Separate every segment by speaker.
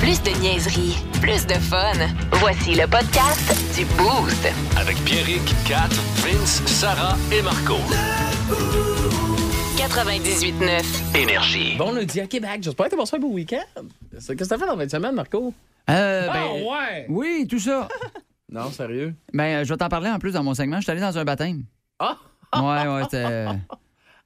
Speaker 1: Plus de niaiserie, plus de fun. Voici le podcast du Boost.
Speaker 2: Avec Pierrick, Kat, Vince, Sarah et Marco.
Speaker 1: 98.9.
Speaker 2: Énergie.
Speaker 3: Bon lundi à Québec. J'espère que t'as passé un beau week-end. C'est- Qu'est-ce que t'as fait dans 20 semaines, Marco?
Speaker 4: Euh, ben,
Speaker 3: Ah, ouais!
Speaker 4: Oui, tout ça.
Speaker 3: Non, sérieux?
Speaker 4: Ben, euh, je vais t'en parler en plus dans mon segment. Je suis allé dans un baptême.
Speaker 3: Ah!
Speaker 4: Ouais, ouais, c'était-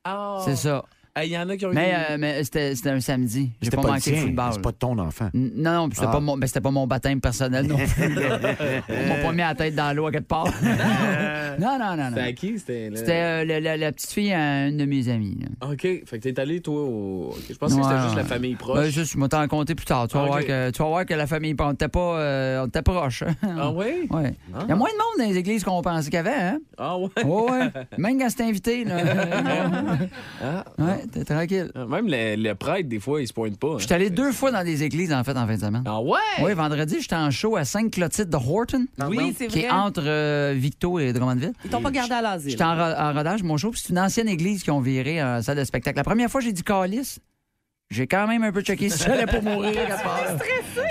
Speaker 3: Ah!
Speaker 4: c'est ça.
Speaker 3: Il y en a qui ont
Speaker 4: Mais,
Speaker 3: eu...
Speaker 4: euh, mais c'était c'était un samedi. J'ai
Speaker 5: C'était
Speaker 4: pas,
Speaker 5: pas, le
Speaker 4: manqué de
Speaker 5: tien,
Speaker 4: football.
Speaker 5: C'est pas de ton enfant.
Speaker 4: N- Non, non, puis c'était
Speaker 5: Ah.
Speaker 4: pas, mon- ben, c'était pas mon baptême personnel non plus. là. On m'a pas mis la tête dans l'eau à quelque part. non, non, non,
Speaker 3: C'était
Speaker 4: non.
Speaker 3: à qui? C'était... le-
Speaker 4: C'était euh, la, la- la petite fille à une de mes amies. là.
Speaker 3: OK. Fait que t'es allé, toi, au... OK, Je pense que
Speaker 4: Ouais,
Speaker 3: c'était juste
Speaker 4: ouais.
Speaker 3: la famille
Speaker 4: Ben,
Speaker 3: proche.
Speaker 4: juste, je vais t'en compter plus tard. Tu vas,
Speaker 3: Ah,
Speaker 4: voir,
Speaker 3: ok.
Speaker 4: que, tu vas voir que la famille, on était pas, euh, on était proche. hein.
Speaker 3: Ah ouais?
Speaker 4: Ouais. Il y a moins de monde dans les églises qu'on pensait qu'il y avait, hein?
Speaker 3: Ah ouais?
Speaker 4: Ouais, ouais. Même quand c'était invité, là.
Speaker 3: Ah.
Speaker 4: ouais, t'es tranquille.
Speaker 3: Même le, le prêtre, des fois, il se pointe pas. hein.
Speaker 4: Je suis allé deux fois dans des églises, en fait, en fin de semaine.
Speaker 3: Ah ouais?
Speaker 4: Oui, vendredi, j'étais en show à 5 Clotilde de Horton,
Speaker 6: Oui, c'est
Speaker 4: Ah qui
Speaker 6: vrai.
Speaker 4: est entre euh, Victo et Drummondville.
Speaker 6: Ils t'ont pas gardé à l'asile.
Speaker 4: J'étais en, ro- en rodage, mon show, puis c'est une ancienne église qui ont viré en salle de spectacle. La première fois, j'ai dit calice. J'ai quand même un peu checké si j'allais pour mourir. quelque part.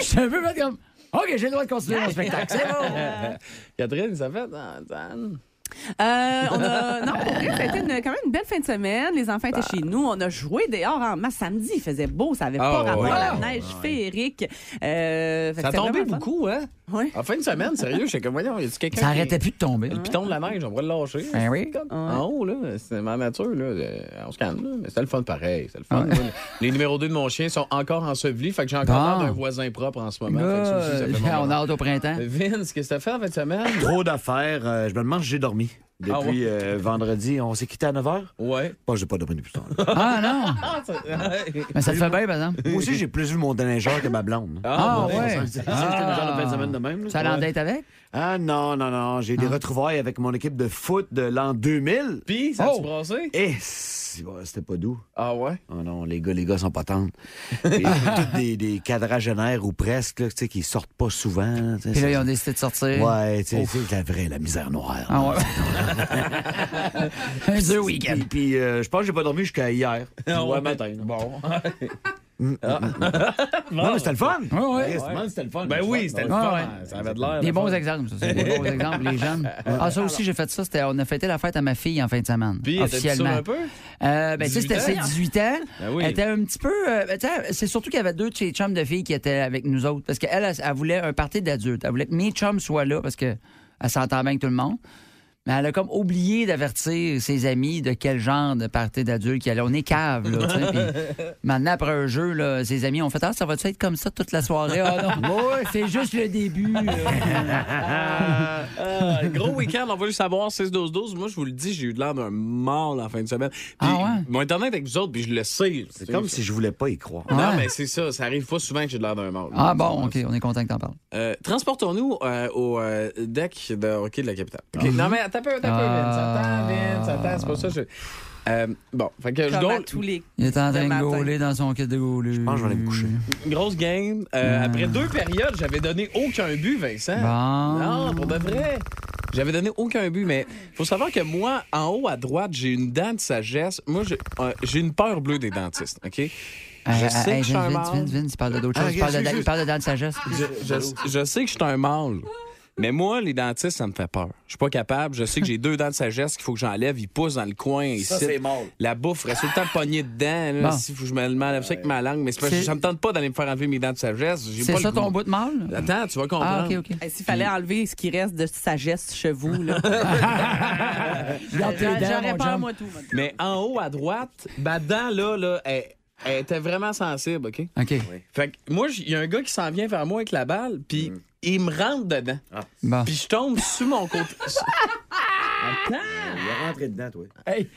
Speaker 4: J'étais un peu fait comme, OK, j'ai le droit de continuer mon spectacle. C'est bon.
Speaker 3: Catherine, ça fait... Ah, Dan.
Speaker 6: Euh, on a... Non, pour vrai, ça a été une- quand même une belle fin de semaine. Les enfants
Speaker 4: Bah.
Speaker 6: étaient chez nous. On a joué dehors en masse. Samedi, il faisait beau. Ça avait pas
Speaker 3: Ah,
Speaker 6: rapport
Speaker 3: ouais.
Speaker 6: à la neige féerique. Euh, fait que
Speaker 3: Ça
Speaker 6: c'était
Speaker 3: tombait
Speaker 6: vraiment le fun.
Speaker 3: beaucoup, hein?
Speaker 6: Ouais.
Speaker 3: En fin de semaine, sérieux, j'étais comme, voyons, y a-tu quelqu'un
Speaker 4: Ça
Speaker 3: qui-
Speaker 4: arrêtait plus de tomber.
Speaker 3: Le piton de la neige, on pourrait le lâcher.
Speaker 4: Ben oui.
Speaker 3: Comme En haut, là, c'est ma nature, là. euh, On se calme, là. Mais c'était le fun pareil. C'était le fun. là. Les numéros 2 de mon chien sont encore ensevelis. Fait que j'ai encore
Speaker 4: Bon.
Speaker 3: l'air d'un voisin propre en ce moment.
Speaker 4: Là,
Speaker 3: Fait que ça aussi, ça fait mon
Speaker 4: Ah, on a
Speaker 3: bonheur.
Speaker 4: hâte au printemps.
Speaker 3: Vince, qu'est-ce que t'as fait en fin de semaine?
Speaker 5: Trop d'affaires. euh, je me demande si j'ai dormi. Depuis
Speaker 3: Ah ouais.
Speaker 5: euh, vendredi, on s'est quitté à 9h?
Speaker 3: Ouais.
Speaker 5: Pas, j'ai pas dormi depuis tant.
Speaker 4: Ah non! Mais ça te fait bien, par exemple.
Speaker 5: Moi aussi, j'ai plus vu mon déneigeur que ma blonde.
Speaker 4: Ah,
Speaker 5: Ça,
Speaker 4: ouais.
Speaker 5: c'est- c'est une genre de fin de semaine de même, là. Ah.
Speaker 4: Ça allait en
Speaker 5: Ouais.
Speaker 4: date avec?
Speaker 5: Ah non, non, non. J'ai eu des retrouvailles avec mon équipe de foot de l'an 2000.
Speaker 3: Pis, ça a-tu
Speaker 4: Oh.
Speaker 3: brassé?
Speaker 5: Et c'est- ouais, c'était pas doux.
Speaker 3: Ah ouais?
Speaker 5: Oh non, les gars, les gars sont pas tendres. Et tous des, des quadragénaires ou presque, là, tu sais, qui sortent pas souvent. tu sais,
Speaker 4: Puis là,
Speaker 5: ça-
Speaker 4: ils ont décidé de sortir.
Speaker 5: Ouais, tu sais, c'est la vraie, la misère noire.
Speaker 4: Ah ouais. Un deux week-end.
Speaker 5: Puis, puis, euh, je pense que j'ai pas dormi jusqu'à hier. ouais, matin.
Speaker 3: Bon.
Speaker 5: Non, mais c'était le fun.
Speaker 4: Ouais, ouais.
Speaker 5: Honnêtement, C'était le fun.
Speaker 3: Ben oui, c'était le
Speaker 4: Ouais,
Speaker 3: fun.
Speaker 4: ouais.
Speaker 3: Ça avait de l'air.
Speaker 4: Des
Speaker 3: le
Speaker 4: bons
Speaker 3: fun.
Speaker 4: exemples, ça. C'est des bons exemples, les jeunes. Ah, ça aussi, j'ai fait ça. C'était, on a fêté la fête à ma fille en fin de semaine.
Speaker 3: Puis, était-tu
Speaker 4: officiellement.
Speaker 3: saoul un peu?
Speaker 4: Euh, ben, tu sais, c'était
Speaker 3: 18
Speaker 4: ses
Speaker 3: ans?
Speaker 4: 18 ans.
Speaker 3: Ben oui.
Speaker 4: Elle était un petit peu. euh, ben, tu sais, c'est surtout qu'il y avait deux de ses chums de filles qui étaient avec nous autres. Parce qu'elle, elle, elle voulait un party d'adultes. Elle voulait que mes chums soient là parce qu'elle s'entend bien avec tout le monde. Mais elle a comme oublié d'avertir ses amis de quel genre de party d'adulte qu'il allait. On est cave, là, tu sais. Puis Maintenant, après un jeu, là, ses amis ont fait Ah, ça va-tu être comme ça toute la soirée? Ah non, c'est juste le début. là.
Speaker 3: Euh, gros week-end, on va juste savoir 6-12-12. Moi, je vous le dis, j'ai eu de l'air d'un mort la fin de semaine. Puis,
Speaker 4: Ah ouais?
Speaker 3: mon internet avec vous autres, puis je le sais.
Speaker 5: C'est comme si je voulais pas y croire.
Speaker 3: Non,
Speaker 4: Ah Ouais.
Speaker 3: mais c'est ça. Ça arrive pas souvent que j'ai de l'air d'un mort.
Speaker 4: ah bon, OK, on est content que t'en parles.
Speaker 3: Euh, transportons-nous euh, au euh, deck de hockey de la capitale. OK,
Speaker 4: Ah.
Speaker 3: Non, mais attends un peu, attends un peu, Vince. Attends, Vince, attends, c'est pas ça. Je... Euh, bon, fait que je
Speaker 6: Comme à
Speaker 3: donne
Speaker 6: tous les...
Speaker 4: Il est en train
Speaker 6: Le
Speaker 4: de
Speaker 6: matin.
Speaker 4: gauler dans son kit de gauler.
Speaker 5: Je pense que je vais aller me coucher.
Speaker 3: une grosse game. Euh, Après deux périodes, j'avais donné aucun but, Vincent.
Speaker 4: Bon.
Speaker 3: Non, pour de vrai. J'avais donné aucun but, mais faut savoir que moi, en haut à droite, j'ai une dent de sagesse. Moi, j'ai euh, j'ai une peur bleue des dentistes, OK?
Speaker 4: Euh,
Speaker 3: Je
Speaker 4: euh,
Speaker 3: sais que je suis un
Speaker 4: Vince, Vince,
Speaker 3: mâle.
Speaker 4: Vince, Vince, il parle de d'autres
Speaker 5: Ah,
Speaker 4: choses. Il
Speaker 5: ok,
Speaker 4: parle de,
Speaker 5: excuse,
Speaker 4: il parle de dents de sagesse.
Speaker 3: Je, je- je sais que je suis un mâle. Mais moi, les dentistes, ça me fait peur. Je suis pas capable. Je sais que j'ai deux dents de sagesse qu'il faut que j'enlève. Ils poussent dans le coin. ici. La bouffe reste tout le temps pognée dedans. Là,
Speaker 4: Bon.
Speaker 3: Si faut que je me m'enlève ça avec ma langue. Mais c'est parce que
Speaker 4: C'est-
Speaker 3: ça me tente pas d'aller me faire enlever mes dents de sagesse. J'ai
Speaker 4: C'est
Speaker 3: pas
Speaker 4: ça
Speaker 3: le goût.
Speaker 4: ton bout de mâle?
Speaker 3: Attends, tu vas
Speaker 4: Ah,
Speaker 3: comprendre.
Speaker 4: OK, OK.
Speaker 6: Eh, S'il fallait enlever ce qui reste de sagesse chez vous, là.
Speaker 4: Garde tes dents,
Speaker 6: J'aurais
Speaker 4: mon
Speaker 6: peur,
Speaker 4: chum.
Speaker 6: moi, tout. moi, tout.
Speaker 3: Mais en haut à droite, ma dent là, là elle, elle était vraiment sensible, OK?
Speaker 4: OK.
Speaker 3: Fait que moi, il y a un gars qui s'en vient vers moi avec la balle, puis il me rentre dedans.
Speaker 4: Bon.
Speaker 3: Puis je tombe sur mon côté.
Speaker 5: Il est rentré dedans, toi.
Speaker 4: Hey!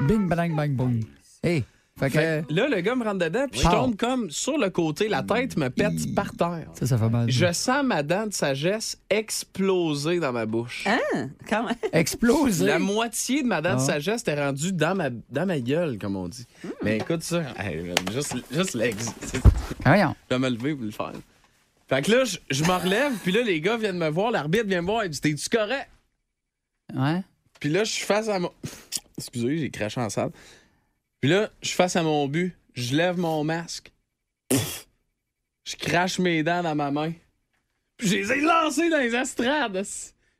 Speaker 4: Bing, bang, bang, boom. Hey! Fait que.
Speaker 3: Fait que là, le gars me rentre dedans, puis je
Speaker 4: Wow.
Speaker 3: tombe comme sur le côté, la tête me pète par terre.
Speaker 4: Ça, ça fait mal.
Speaker 3: Je sens ma dent de sagesse exploser dans ma bouche.
Speaker 6: Hein? Quand même.
Speaker 4: Explose!
Speaker 3: La moitié de ma dent de
Speaker 4: Ah.
Speaker 3: sagesse était rendue dans ma, dans ma gueule, comme on dit.
Speaker 4: Hmm.
Speaker 3: Mais écoute ça, hey, juste, juste l'ex.
Speaker 4: Voyons.
Speaker 3: Je vais me lever pour le faire. Fait que là, je, je me relève, puis là, les gars viennent me voir, l'arbitre vient me voir, il dit T'es-tu correct
Speaker 4: Ouais.
Speaker 3: Puis là, je suis face à mon. Excusez, j'ai craché en salle. Puis là, je suis face à mon but, je lève mon masque. Pff! Je crache mes dents dans ma main. Puis je les ai lancées dans les estrades.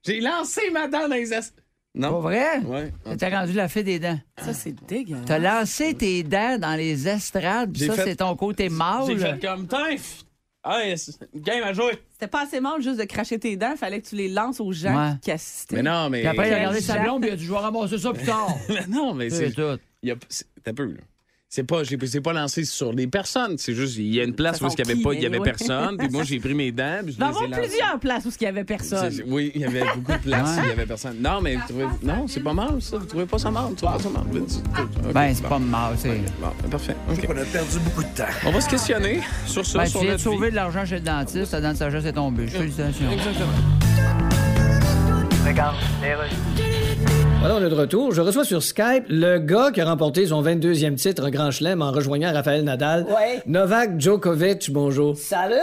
Speaker 3: J'ai lancé ma dent dans les estrades.
Speaker 4: Pas
Speaker 3: Non?
Speaker 4: vrai?
Speaker 3: Ouais. Ah.
Speaker 4: T'as rendu la fée des dents.
Speaker 6: Ça, c'est dégueulasse.
Speaker 4: T'as lancé tes dents dans les estrades, puis
Speaker 3: J'ai
Speaker 4: ça,
Speaker 3: fait-
Speaker 4: c'est ton côté mâle.
Speaker 3: J'ai fait comme Tinf! Hey, c'est une game à jouer!
Speaker 6: C'était pas assez mal juste de cracher tes dents. Fallait que tu les lances aux gens
Speaker 4: Ouais.
Speaker 6: qui assistaient.
Speaker 3: Mais non, mais.
Speaker 4: Puis après, il a
Speaker 6: Quel
Speaker 4: regardé sa
Speaker 6: genre.
Speaker 4: blonde, puis il a dit Je vais ramasser ça plus tard.
Speaker 3: Mais non, mais
Speaker 4: C'est
Speaker 3: c'est.
Speaker 4: tout.
Speaker 3: il y a- c'est- T'as peu, là. C'est pas, j'ai- c'est pas lancé sur les personnes. C'est juste, il y a une place
Speaker 6: Ça
Speaker 3: où il n'y
Speaker 6: sent
Speaker 3: avait, pas,
Speaker 6: qui,
Speaker 3: il y avait
Speaker 6: mais ouais.
Speaker 3: personne. Puis moi, j'ai pris mes dents. Puis je
Speaker 6: Il va y
Speaker 3: les ai
Speaker 6: avoir
Speaker 3: lancées.
Speaker 6: plusieurs places où il n'y avait
Speaker 3: C'est-
Speaker 6: personne.
Speaker 3: c'est- Oui, il y avait beaucoup de place.
Speaker 4: Ouais.
Speaker 3: Il y avait personne. Non, mais vous trouvez- non, c'est pas mal, ça. Vous trouvez pas ça mal? Vous trouvez pas ça mal? Ok,
Speaker 4: Ben, c'est
Speaker 3: bon.
Speaker 4: pas mal, c'est.
Speaker 3: Bon, ben, parfait. Ok.
Speaker 5: On a perdu beaucoup de temps.
Speaker 3: On va se questionner sur ça,
Speaker 4: Ben, tu
Speaker 3: sur
Speaker 4: viens de
Speaker 3: notre vie.
Speaker 4: sauver de l'argent chez le dentiste, ta dent de sagesse est tombée. Félicitations.
Speaker 7: Voilà, on est de retour. Je reçois sur Skype le gars qui a remporté son 22e titre en Grand Chelem en rejoignant Raphaël Nadal.
Speaker 8: Ouais.
Speaker 7: Novak Djokovic, bonjour.
Speaker 8: Salut!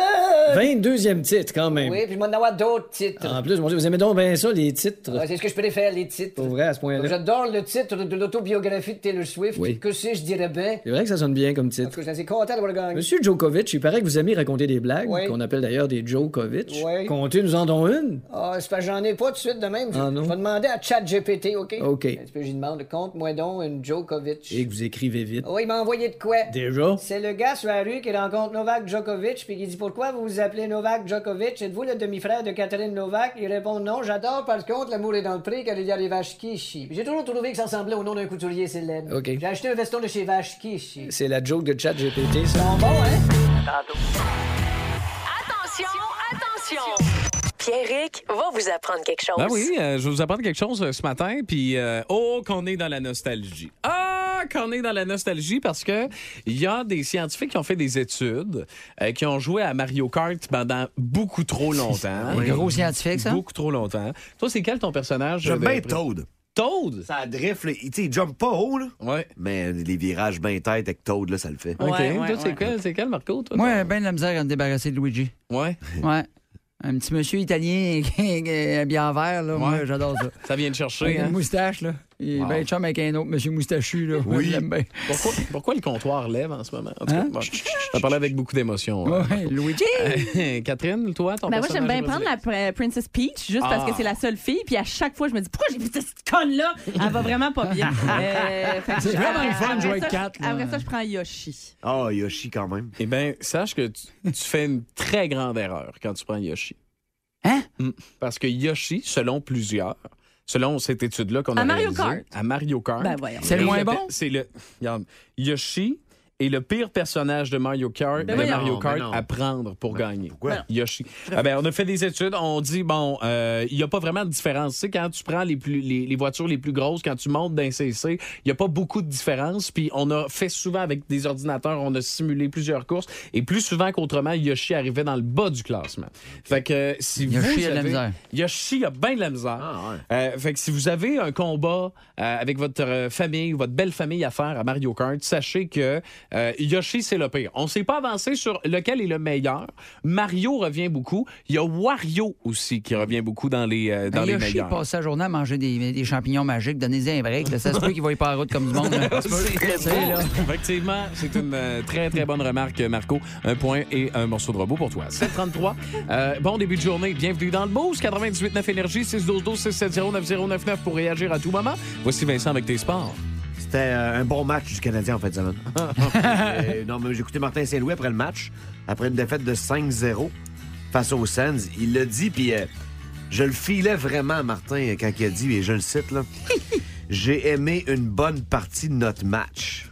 Speaker 7: 22e titre quand même.
Speaker 8: Oui, puis je m'en avoir d'autres titres.
Speaker 7: En plus, mon Dieu, vous aimez donc bien ça, les titres.
Speaker 8: Ouais, c'est ce que je préfère, les titres.
Speaker 7: Pour vrai, à ce point-là.
Speaker 8: J'adore le titre de l'autobiographie de Taylor Swift.
Speaker 7: Oui.
Speaker 8: Que sais-je dirais bien?
Speaker 7: C'est vrai que ça sonne bien comme
Speaker 8: En tout
Speaker 7: titre.
Speaker 8: cas, je suis assez content d'avoir gagné.
Speaker 7: Monsieur Djokovic, il paraît que vous aimez raconter des blagues,
Speaker 8: Oui.
Speaker 7: qu'on appelle d'ailleurs des Djokovic.
Speaker 8: Oui.
Speaker 7: Comptez, nous en donnons une.
Speaker 8: Ah, c'est parce que j'en ai pas tout de suite de même. Je,
Speaker 7: Ah, non?
Speaker 8: je vais demander à ChatGPT, OK?
Speaker 7: OK.
Speaker 8: Un petit peu, j'y demande, compte-moi donc une Djokovic.
Speaker 7: Et que vous écrivez vite.
Speaker 8: Oh, il m'a envoyé de quoi?
Speaker 7: Déjà?
Speaker 8: C'est le gars sur la rue qui rencontre Novak Djokovic puis qui dit pourquoi vous vous appelez Novak Djokovic êtes-vous le demi-frère de Catherine Novak il répond non j'adore par contre l'amour est dans le pré car il y a les vaches Kishi j'ai toujours trouvé que ça ressemblait au nom d'un couturier célèbre
Speaker 7: OK.
Speaker 8: j'ai acheté un veston de chez vaches Kishi
Speaker 7: C'est la joke de ChatGPT, ça.
Speaker 8: bon hein
Speaker 1: Attention, attention! Pierrick va vous apprendre quelque chose.
Speaker 3: Ben oui, euh, je vais vous apprendre quelque chose euh, ce matin, puis euh, oh, qu'on est dans la nostalgie. Ah, qu'on est dans la nostalgie parce que il y a des scientifiques qui ont fait des études, euh, qui ont joué à Mario Kart pendant beaucoup trop longtemps.
Speaker 4: Un gros scientifique, ça?
Speaker 3: Beaucoup trop longtemps. Toi, c'est quel ton personnage?
Speaker 5: J'aime
Speaker 3: euh,
Speaker 5: bien
Speaker 3: pré-
Speaker 5: Toad.
Speaker 3: Toad?
Speaker 5: Ça drift, là. Il- tu sais, il jump pas haut, là.
Speaker 3: Ouais.
Speaker 5: Mais les virages bien tête avec Toad, là, ça le fait.
Speaker 3: OK.
Speaker 6: ouais,
Speaker 3: toi, c'est
Speaker 6: ouais.
Speaker 3: quel, c'est quel, Marco? Toi,
Speaker 4: Moi, ben de la misère à me débarrasser de Luigi.
Speaker 3: Ouais.
Speaker 4: Ouais. Un petit monsieur italien bien en vert, là. Moi,
Speaker 3: Ouais.
Speaker 4: j'adore ça.
Speaker 3: Ça vient de chercher,
Speaker 4: Avec
Speaker 3: hein?
Speaker 4: une moustache, là. Il est
Speaker 3: Wow.
Speaker 4: bien chum avec un autre monsieur moustachu, là. Oui. Je l'aime bien.
Speaker 3: Pourquoi, pourquoi le comptoir lève en ce moment? En tout cas,
Speaker 4: Hein?
Speaker 3: bon, je parlais avec beaucoup d'émotion. hein.
Speaker 4: Ouais, Luigi!
Speaker 3: Catherine, toi, ton
Speaker 6: Ben moi,
Speaker 3: personnage
Speaker 6: j'aime bien prendre
Speaker 3: préféré?
Speaker 6: la pr- Princess Peach juste parce
Speaker 3: Ah.
Speaker 6: que c'est la seule fille. Puis à chaque fois, je me dis pourquoi j'ai pris cette conne-là Elle va vraiment pas bien. Euh, fait que
Speaker 4: C'est
Speaker 6: je-
Speaker 4: vraiment
Speaker 6: après-
Speaker 4: le fun de
Speaker 6: après
Speaker 4: jouer avec
Speaker 6: ça, je-
Speaker 4: quatre, là.
Speaker 6: Après ça, je prends Yoshi.
Speaker 5: Ah, Yoshi, quand même.
Speaker 3: Eh bien, sache que tu, tu fais une très grande erreur quand tu prends Yoshi.
Speaker 4: Hein?
Speaker 3: Mm. Parce que Yoshi, selon plusieurs, selon cette étude-là qu'on a
Speaker 6: À Mario
Speaker 3: réalisée,
Speaker 6: Kart.
Speaker 3: à Mario Kart,
Speaker 6: Ben voyons.
Speaker 4: C'est le
Speaker 3: est
Speaker 4: moins bon?
Speaker 3: C'est le. regarde, Yoshi est le pire personnage de Mario
Speaker 6: Ben
Speaker 3: Kart, de
Speaker 6: voyons.
Speaker 3: Mario
Speaker 5: Non,
Speaker 3: Kart
Speaker 5: ben non.
Speaker 3: à prendre pour gagner.
Speaker 5: Pourquoi?
Speaker 3: Yoshi. Ah ben, on a fait des études, on dit, bon, euh, il n'y a pas vraiment de différence. Tu sais, quand tu prends les, plus, les, les voitures les plus grosses, quand tu montes d'un CC, il n'y a pas beaucoup de différence. Puis on a fait souvent avec des ordinateurs, on a simulé plusieurs courses. Et plus souvent qu'autrement, Yoshi arrivait dans le bas du classement. Fait que euh, si
Speaker 4: Yoshi
Speaker 3: vous
Speaker 4: a de la
Speaker 3: avez-
Speaker 4: misère.
Speaker 3: Yoshi a bien de la misère. Euh, fait que si vous avez un combat euh, avec votre euh, famille, votre belle famille à faire à Mario Kart, sachez que euh, Yoshi, c'est le pire. On ne s'est pas avancé sur lequel est le meilleur. Mario revient beaucoup. Il y a Wario aussi qui revient beaucoup dans les, euh, dans
Speaker 4: Mais
Speaker 3: les
Speaker 4: Ben, Yoshi
Speaker 3: meilleurs.
Speaker 4: passe sa journée à manger des, des champignons magiques. Donnez-y un break. là. Ça se peut qu'il va pas en route comme du monde. là. Tu sais, là.
Speaker 3: Effectivement, c'est une euh, très, très bonne remarque, Marco. Un point et un morceau de robot pour toi. 733. Euh, bon début de journée. Bienvenue dans le Beauce. 98.9 Énergie, 612-12-670-9099 pour réagir à tout moment. Voici Vincent avec tes sports.
Speaker 5: C'était euh, un bon match du Canadien en fait, de semaine. Euh, non, mais j'ai écouté Martin Saint-Louis après le match, après une défaite de 5-0 face aux Sens. Il l'a dit, puis euh, je le filais vraiment, Martin, quand il a dit, et je le cite, là. J'ai aimé une bonne partie de notre match.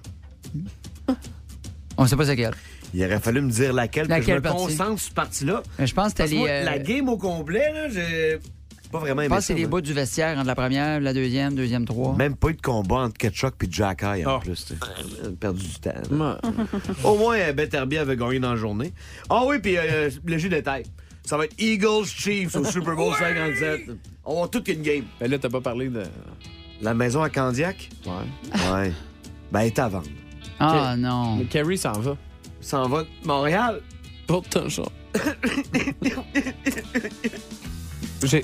Speaker 4: On sait pas c'est quel.
Speaker 5: Il aurait fallu me dire laquelle, que je
Speaker 4: Laquelle
Speaker 5: me
Speaker 4: partie?
Speaker 5: concentre sur cette partie-là.
Speaker 4: Mais je pense que t'as
Speaker 5: Parce que
Speaker 4: les.
Speaker 5: moi,
Speaker 4: euh,
Speaker 5: la game au complet, là, j'ai pas vraiment
Speaker 4: je
Speaker 5: aimé
Speaker 4: pense que
Speaker 5: ça,
Speaker 4: c'est les
Speaker 5: moi.
Speaker 4: bouts du vestiaire entre la première, la deuxième, deuxième trois.
Speaker 5: Même pas Ah. eu de combat entre Ketchuk et Jack High en
Speaker 3: Oh.
Speaker 5: plus. tu sais. Perdu du temps. là. Au moins, euh, Beterbie avait gagné dans la journée. Ah oui, puis euh, le jeu de détail. Ça va être Eagles Chiefs au Super Bowl 57. On va toute une game.
Speaker 3: Mais Ben là, t'as pas parlé de.
Speaker 5: La maison à Candiac?
Speaker 3: Ouais.
Speaker 5: Ouais. ben, elle est à vendre.
Speaker 4: Ah non.
Speaker 3: Carrie s'en va.
Speaker 5: S'en va de Montréal.
Speaker 3: Porte ton chat. J'ai.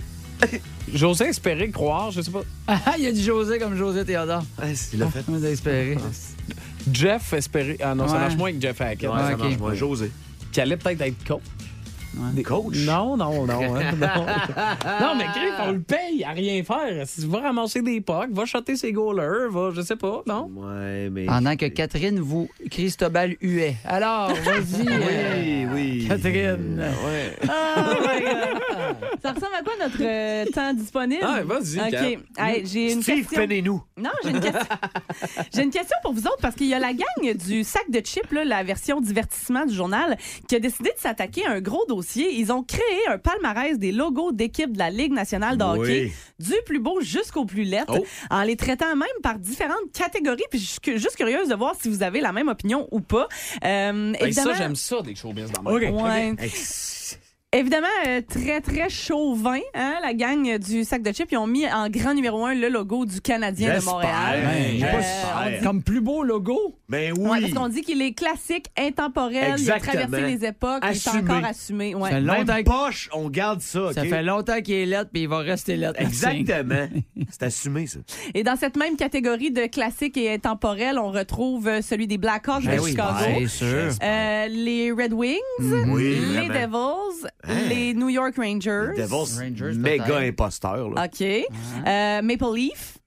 Speaker 3: J'osais espérer croire, je sais pas.
Speaker 4: Ah, il a dit José comme José Théodore.
Speaker 5: Ouais, c'est- il l'a fait.
Speaker 4: On a espéré.
Speaker 3: Jeff espérer. Ah non, ça
Speaker 4: Ouais.
Speaker 3: marche moins que Jeff Hackett.
Speaker 5: Ouais, ça
Speaker 4: ok.
Speaker 5: marche moins. José.
Speaker 3: qui allait peut-être être coach. Des-
Speaker 5: Coach?
Speaker 3: Non, non, non. hein, non. Non, mais Griff, on le paye à rien faire. Il va ramasser des pucks, va shotter ses goalers, va, je sais pas, non?
Speaker 5: Ouais, mais.
Speaker 4: Pendant que Catherine vous Cristobal huait. Alors, vas-y. euh,
Speaker 5: Oui, oui.
Speaker 4: Catherine.
Speaker 6: Oh Ça ressemble à quoi notre euh, temps disponible?
Speaker 3: Ah, vas-y,
Speaker 6: OK.
Speaker 3: Kat.
Speaker 6: Hey, j'ai une
Speaker 5: Steve,
Speaker 6: question.
Speaker 5: peinez-nous.
Speaker 6: Non, j'ai une question. j'ai une question pour vous autres parce qu'il y a la gang du sac de chips, là, la version divertissement du journal, qui a décidé de s'attaquer à un gros dossier. Ils ont créé un palmarès des logos d'équipes de la Ligue nationale de hockey, du plus beau jusqu'au plus lettre,
Speaker 3: Oh.
Speaker 6: en les traitant même par différentes catégories. Puis je suis cu- juste curieuse de voir si vous avez la même opinion ou pas. Euh,
Speaker 3: Et
Speaker 6: évidemment-
Speaker 3: Ben, ça, j'aime ça, des showbiz dans ma
Speaker 6: Ouais. Évidemment, euh, très, très chauvin, hein, la gang du sac de chips. Ils ont mis en grand numéro un le logo du Canadien de
Speaker 5: J'espère.
Speaker 6: Montréal.
Speaker 5: Ben,
Speaker 6: Euh,
Speaker 5: j'espère.
Speaker 6: on dit-
Speaker 4: Comme plus beau logo.
Speaker 5: Ben
Speaker 6: Ouais,
Speaker 5: oui.
Speaker 6: parce qu'on dit qu'il est classique, intemporel, il a
Speaker 5: Exactement.
Speaker 6: traversé les époques, il
Speaker 5: Assumé.
Speaker 6: est encore assumé. Ouais.
Speaker 4: Ça
Speaker 5: Même
Speaker 4: Longtemps que-
Speaker 5: poche, on garde ça.
Speaker 4: Ça
Speaker 5: OK?
Speaker 4: fait longtemps qu'il est lettre, puis il va rester lettre.
Speaker 5: Exactement. C'est assumé, ça.
Speaker 6: Et dans cette même catégorie de classique et intemporel, on retrouve euh, celui des Blackhawks de
Speaker 5: Ben oui,
Speaker 6: Chicago.
Speaker 5: ben,
Speaker 4: C'est sûr. Mm-hmm.
Speaker 6: euh, les Red Wings,
Speaker 5: Oui,
Speaker 6: les
Speaker 5: vraiment.
Speaker 6: Devils,
Speaker 5: Hein?
Speaker 6: les New York Rangers,
Speaker 5: Devils,
Speaker 4: Rangers,
Speaker 5: méga
Speaker 4: peut-être.
Speaker 5: imposteur. Là.
Speaker 6: ok, euh, Maple Leaf,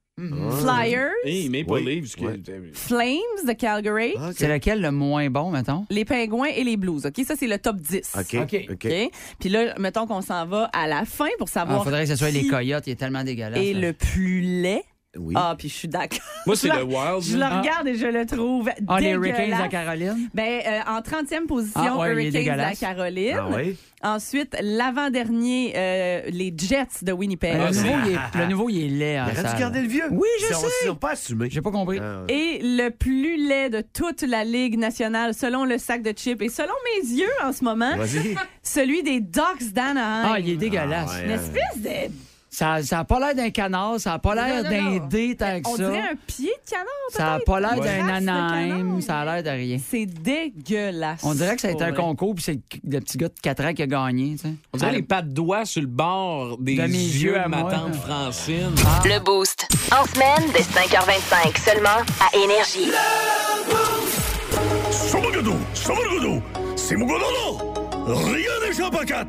Speaker 6: Flyers,
Speaker 3: Hey, mais pas
Speaker 5: Oui.
Speaker 3: livre, ce qui-
Speaker 5: Ouais.
Speaker 6: Flames de Calgary,
Speaker 5: OK.
Speaker 4: C'est lequel le moins bon, mettons?
Speaker 6: les Pingouins et les Blues. OK, ça, c'est le top 10.
Speaker 5: OK.
Speaker 4: OK.
Speaker 5: OK. Ah,
Speaker 6: OK? Puis là, mettons qu'on s'en va à la fin pour
Speaker 4: Il
Speaker 6: savoir.
Speaker 4: Ah, faudrait que ce soit
Speaker 6: qui
Speaker 4: les coyotes, il est tellement dégueulasse.
Speaker 6: est le plus laid.
Speaker 5: Oui.
Speaker 6: Ah, puis je suis d'accord.
Speaker 3: Moi, c'est
Speaker 6: Je
Speaker 3: le Wild.
Speaker 6: Je le
Speaker 3: là.
Speaker 6: regarde et je le trouve
Speaker 4: Ah, les Hurricanes à
Speaker 6: dégueulasse.
Speaker 4: Caroline?
Speaker 6: Ben, euh, en 30e position,
Speaker 4: Ah, ouais, il est
Speaker 6: Hurricanes à
Speaker 4: dégueulasse.
Speaker 6: Caroline.
Speaker 5: Ah oui?
Speaker 6: Ensuite, l'avant-dernier, euh, les Jets de Winnipeg.
Speaker 5: Ah,
Speaker 4: le,
Speaker 3: Ah, c'est-
Speaker 4: nouveau, il
Speaker 6: Ah,
Speaker 4: est, le nouveau, il est laid. hein, en
Speaker 5: Il aurait dû
Speaker 4: salle.
Speaker 5: garder Ben, le vieux.
Speaker 4: Ah, Oui, je
Speaker 5: Ils sont-
Speaker 4: sais.
Speaker 5: Ils n'ont pas assumé.
Speaker 4: J'ai pas compris. Eh,
Speaker 5: Ah, ouais.
Speaker 6: Et le plus laid de toute la Ligue nationale, selon le sac de chips et selon mes yeux en ce
Speaker 4: hein?
Speaker 6: moment,
Speaker 5: Vas-y.
Speaker 6: celui des Ducks d'Anaheim.
Speaker 4: Ah, il est dégueulasse.
Speaker 5: Ah, ouais.
Speaker 6: Une espèce de...
Speaker 4: Ça n'a pas l'air d'un canard, ça n'a pas l'air
Speaker 6: Non, non, non.
Speaker 4: d'un dé tant que
Speaker 6: On
Speaker 4: ça.
Speaker 6: dirait un pied de canard,
Speaker 4: Ça n'a
Speaker 6: peut-être.
Speaker 4: pas l'air
Speaker 6: Une
Speaker 4: d'un
Speaker 6: trace de
Speaker 4: anaheim,
Speaker 6: canard.
Speaker 4: ça a l'air de rien.
Speaker 6: C'est dégueulasse.
Speaker 4: On dirait que ça a été
Speaker 6: Pour
Speaker 4: un
Speaker 6: vrai.
Speaker 4: concours, puis c'est le- le petit gars de 4 ans qui a gagné. tu sais.
Speaker 3: On dirait les pattes doigts sur le bord des
Speaker 4: De mes
Speaker 3: yeux
Speaker 4: yeux
Speaker 3: de
Speaker 4: à
Speaker 3: ma
Speaker 4: moi.
Speaker 3: tante Francine.
Speaker 1: Le Boost. En semaine, dès 5h25, seulement à Énergie.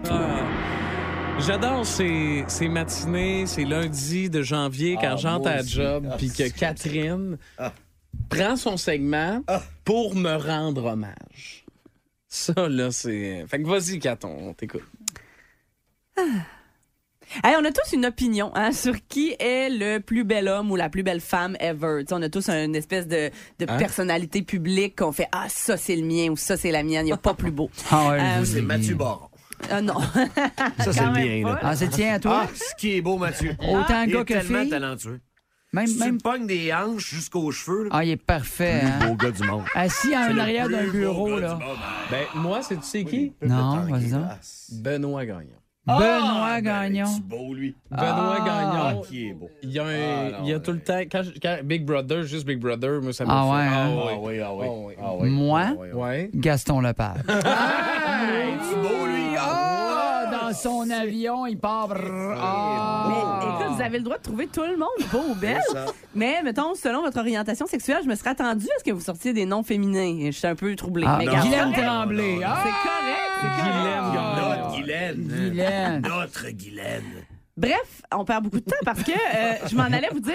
Speaker 4: Ah,
Speaker 3: J'adore ces, ces matinées, ces lundis de janvier,
Speaker 5: Ah,
Speaker 3: quand j'entre à la job, puis que Catherine prend son segment
Speaker 5: Ah.
Speaker 3: pour me rendre hommage. Ça, là, c'est. Fait que vas-y, Caton, on t'écoute.
Speaker 6: Hey, on a tous une opinion hein, sur qui est le plus bel homme ou la plus belle femme ever. Tu sais, on a tous une espèce de, de
Speaker 3: Hein?
Speaker 6: personnalité publique qu'on fait Ah, ça c'est le mien ou ça c'est la mienne, il n'y a pas plus beau.
Speaker 4: Ah, ouais,
Speaker 6: Euh,
Speaker 4: vous
Speaker 5: C'est
Speaker 4: avez-
Speaker 5: Mathieu Baron.
Speaker 6: Ah non.
Speaker 5: Ça, c'est
Speaker 6: Quand
Speaker 5: le
Speaker 6: même
Speaker 5: mien.
Speaker 6: pas,
Speaker 5: Là.
Speaker 4: Ah, c'est le tien à toi? Ah.
Speaker 5: Ah, ce qui est beau, Mathieu.
Speaker 4: Autant
Speaker 5: Il
Speaker 4: gars
Speaker 5: est
Speaker 4: que
Speaker 5: tellement
Speaker 4: fille?
Speaker 5: talentueux.
Speaker 4: Même,
Speaker 5: Si tu
Speaker 4: même...
Speaker 5: me pognes des hanches jusqu'aux cheveux, là,
Speaker 4: Ah, il est parfait. hein.
Speaker 5: beau gars du monde.
Speaker 4: Assis en arrière d'un
Speaker 5: Plus beau
Speaker 4: bureau,
Speaker 5: gars
Speaker 4: là.
Speaker 5: du monde.
Speaker 3: Ben, moi, c'est tu sais qui?
Speaker 4: Non, vas-y donc.
Speaker 3: Benoît Gagnon.
Speaker 6: Ah,
Speaker 3: Ah!
Speaker 4: Benoît
Speaker 5: C'est
Speaker 4: Gagnon.
Speaker 5: beau, lui.
Speaker 4: Ah.
Speaker 3: Benoît Gagnon.
Speaker 5: Qui est beau.
Speaker 3: Il y a, un-
Speaker 5: Ah, non,
Speaker 3: il y a tout le
Speaker 5: ouais.
Speaker 3: temps. Quand, je- quand- Big Brother, juste Big Brother, moi, ça me
Speaker 4: Ah
Speaker 3: fait.
Speaker 4: ouais, hein?
Speaker 5: Ah oui, ah oui.
Speaker 3: oui.
Speaker 5: Ah oui.
Speaker 4: Moi,
Speaker 5: oui.
Speaker 3: Ouais.
Speaker 4: Gaston Lepage.
Speaker 5: C'est beau, lui.
Speaker 4: Ah, dans son avion, il part. brrr, ah.
Speaker 6: Mais écoute, vous avez le droit de trouver tout le monde beau ou belle.
Speaker 5: ça.
Speaker 6: Mais mettons, selon votre orientation sexuelle, je me serais attendue à ce que vous sortiez des noms féminins. Et Je suis un peu troublée.
Speaker 4: Ah,
Speaker 6: Mais
Speaker 4: non.
Speaker 6: garde-
Speaker 4: Guylaine
Speaker 5: non,
Speaker 4: Tremblay.
Speaker 5: non, non.
Speaker 4: Ah,
Speaker 6: C'est correct, c'est correct.
Speaker 3: Guylaine Gagnon.
Speaker 5: Ah. Notre Guylaine.
Speaker 4: Guylaine.
Speaker 5: Notre Guylaine.
Speaker 6: Bref, on perd beaucoup de temps parce que euh, je m'en allais vous dire,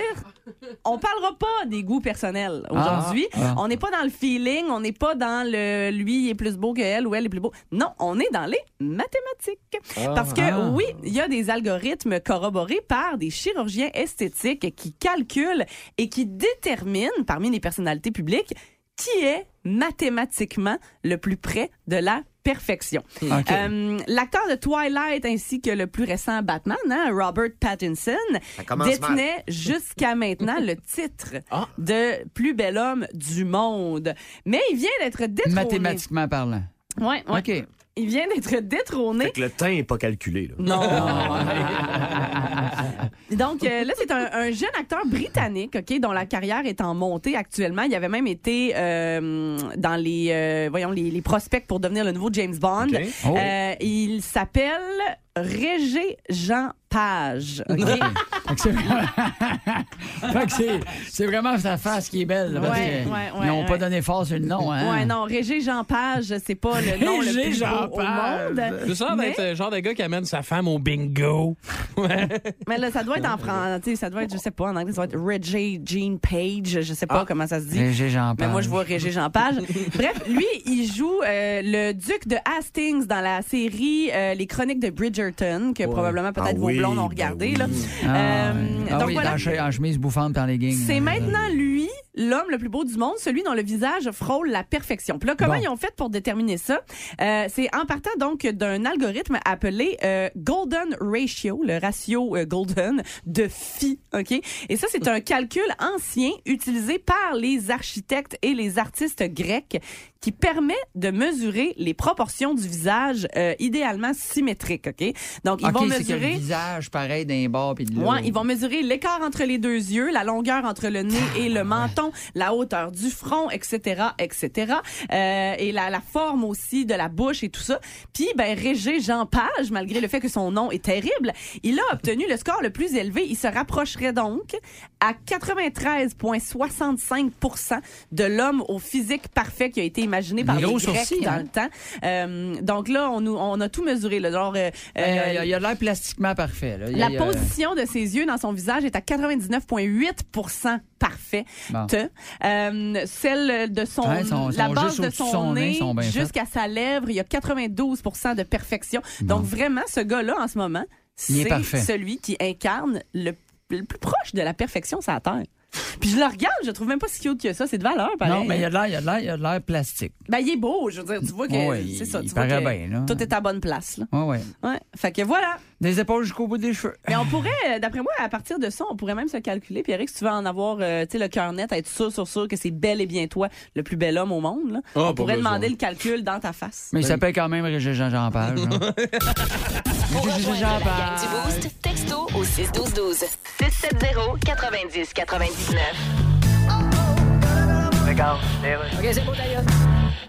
Speaker 6: on parlera pas des goûts personnels aujourd'hui.
Speaker 4: Ah, ah.
Speaker 6: On n'est pas dans le feeling, on n'est pas dans le lui il est plus beau que elle ou elle est plus beau. Non, on est dans les mathématiques. Parce que
Speaker 4: Ah.
Speaker 6: oui, il y a des algorithmes corroborés par des chirurgiens esthétiques qui calculent et qui déterminent parmi les personnalités publiques qui est mathématiquement le plus près de la perfection.
Speaker 4: OK.
Speaker 6: Euh, L'acteur de Twilight ainsi que le plus récent Batman, hein, Robert Pattinson,
Speaker 5: Ça commence mal.
Speaker 6: détenait jusqu'à maintenant le titre
Speaker 3: Ah.
Speaker 6: de plus bel homme du monde. Mais il vient d'être détrôné.
Speaker 4: Mathématiquement parlant.
Speaker 6: Ouais, ouais.
Speaker 4: OK.
Speaker 6: Il vient d'être détrôné.
Speaker 5: Fait que le temps n'est pas calculé, là.
Speaker 6: Non. Donc euh, là, c'est un, un jeune acteur britannique, ok, dont la carrière est en montée actuellement. Il avait même été euh, dans les, euh, voyons, les, les prospects Euh, pour devenir le nouveau James Bond.
Speaker 3: OK.
Speaker 4: Oh.
Speaker 6: Euh, il s'appelle Régé Jean pages. OK?
Speaker 4: Fait que c'est vraiment- Fait que c'est- c'est vraiment sa face qui est belle. là, parce
Speaker 6: Ouais,
Speaker 4: que
Speaker 6: ouais,
Speaker 4: ils n'ont
Speaker 6: ouais,
Speaker 4: pas
Speaker 6: ouais.
Speaker 4: donné force sur le nom. Hein?
Speaker 6: Ouais, non, Régé Jean Page, c'est pas le nom le
Speaker 4: Régé
Speaker 6: plus
Speaker 4: Jean
Speaker 6: beau au
Speaker 4: Page. ben,
Speaker 6: monde.
Speaker 3: C'est ça d'être
Speaker 6: mais,
Speaker 3: le genre de gars qui amène sa femme au bingo.
Speaker 6: mais là, ça doit être en français, tu sais, ça doit être, je sais pas, en anglais, ça doit être Régé Jean Page, je sais pas comment ça se dit.
Speaker 4: Ah. Régé Jean
Speaker 6: Mais moi,
Speaker 4: Page.
Speaker 6: je vois Régé Jean Page. Bref, lui, il joue euh, le duc de Hastings dans la série euh, Les Chroniques de Bridgerton, que probablement peut-être
Speaker 5: Ah
Speaker 6: vos
Speaker 5: oui,
Speaker 6: blondes ont
Speaker 5: ben
Speaker 6: regardé.
Speaker 5: oui.
Speaker 6: Là.
Speaker 4: Ah,
Speaker 6: Euh,
Speaker 4: ouais. Ah
Speaker 6: donc
Speaker 4: oui,
Speaker 6: voilà.
Speaker 4: en, che- en chemise bouffante par les gangs.
Speaker 6: C'est maintenant lui, l'homme le plus beau du monde, celui dont le visage frôle la perfection. Puis là, comment
Speaker 4: Bon.
Speaker 6: ils ont fait pour déterminer ça? Euh, c'est en partant donc d'un algorithme appelé euh, Golden Ratio, le ratio euh, Golden de phi, OK? Et ça, c'est un calcul ancien utilisé par les architectes et les artistes grecs qui permet de mesurer les proportions du visage euh, idéalement symétrique, OK? Donc, ils
Speaker 4: OK,
Speaker 6: vont
Speaker 4: c'est que le
Speaker 6: mesurer...
Speaker 4: visage pareil d'un bord puis de l'autre.
Speaker 6: Ouais, ils vont mesurer l'écart entre les deux yeux, la longueur entre le nez et le menton, la hauteur du front, etc., etc. Euh, et la, la forme aussi de la bouche et tout ça. Puis, ben, Régé Jean Page, malgré le fait que son nom est terrible, il a obtenu le score le plus élevé. Il se rapprocherait donc à 93,65 de l'homme au physique parfait qui a été imaginé par
Speaker 4: Les
Speaker 6: les,
Speaker 4: gros
Speaker 6: Grecs
Speaker 4: sourcils,
Speaker 6: dans
Speaker 4: hein.
Speaker 6: le temps. Euh, donc là, on, nous, on a tout mesuré. Là, genre, euh,
Speaker 4: Il y a- il y a-
Speaker 6: euh,
Speaker 4: il y a l'air plastiquement parfait. là. Il y a-
Speaker 6: la
Speaker 4: il y a-
Speaker 6: position de ses yeux dans son visage est à 99,8 parfaite.
Speaker 4: Bon.
Speaker 6: Euh, celle de son,
Speaker 4: Ah. Ouais, son-
Speaker 6: la
Speaker 4: son-
Speaker 6: base
Speaker 4: juste
Speaker 6: de
Speaker 4: au-dessus
Speaker 6: son,
Speaker 4: de son nez,
Speaker 6: nez,
Speaker 4: sont bien faites.
Speaker 6: jusqu'à sa lèvre, il y a 92 de perfection.
Speaker 4: Bon.
Speaker 6: Donc vraiment, ce gars-là en ce moment,
Speaker 4: Il est
Speaker 6: c'est
Speaker 4: parfait.
Speaker 6: celui qui incarne le, le plus proche de la perfection sur la terre. Puis je le regarde, je le trouve même pas si cute que ça, c'est de valeur.
Speaker 4: Non,
Speaker 6: pareil.
Speaker 4: mais il y a de l'air, il y a de l'air, il y a de l'air plastique.
Speaker 6: Ben, il est beau, je veux dire, tu vois que
Speaker 4: Ouais,
Speaker 6: c'est ça,
Speaker 4: il
Speaker 6: tu vois
Speaker 4: paraît
Speaker 6: que
Speaker 4: bien, là.
Speaker 6: tout est à bonne place. Là.
Speaker 4: Ouais, ouais.
Speaker 6: Ouais. Fait que voilà.
Speaker 4: Des épaules jusqu'au bout des cheveux.
Speaker 6: Mais on pourrait, euh, d'après moi, à partir de ça, on pourrait même se calculer. Puis Eric, si tu veux en avoir euh, tu sais, le cœur net, être sûr, sûr, sûr que c'est bel et bien toi, le plus bel homme au monde, là,
Speaker 3: Ah,
Speaker 6: on
Speaker 3: pas
Speaker 6: pourrait
Speaker 3: besoin.
Speaker 6: demander le calcul dans ta face.
Speaker 4: Mais il s'appelle quand même Régé Jean-Jean Page. là.
Speaker 1: Pour
Speaker 4: Régé
Speaker 1: rejoindre
Speaker 4: Jean
Speaker 1: la gang
Speaker 4: Page.
Speaker 1: du Boost, texto au 612-12. 670-90-99.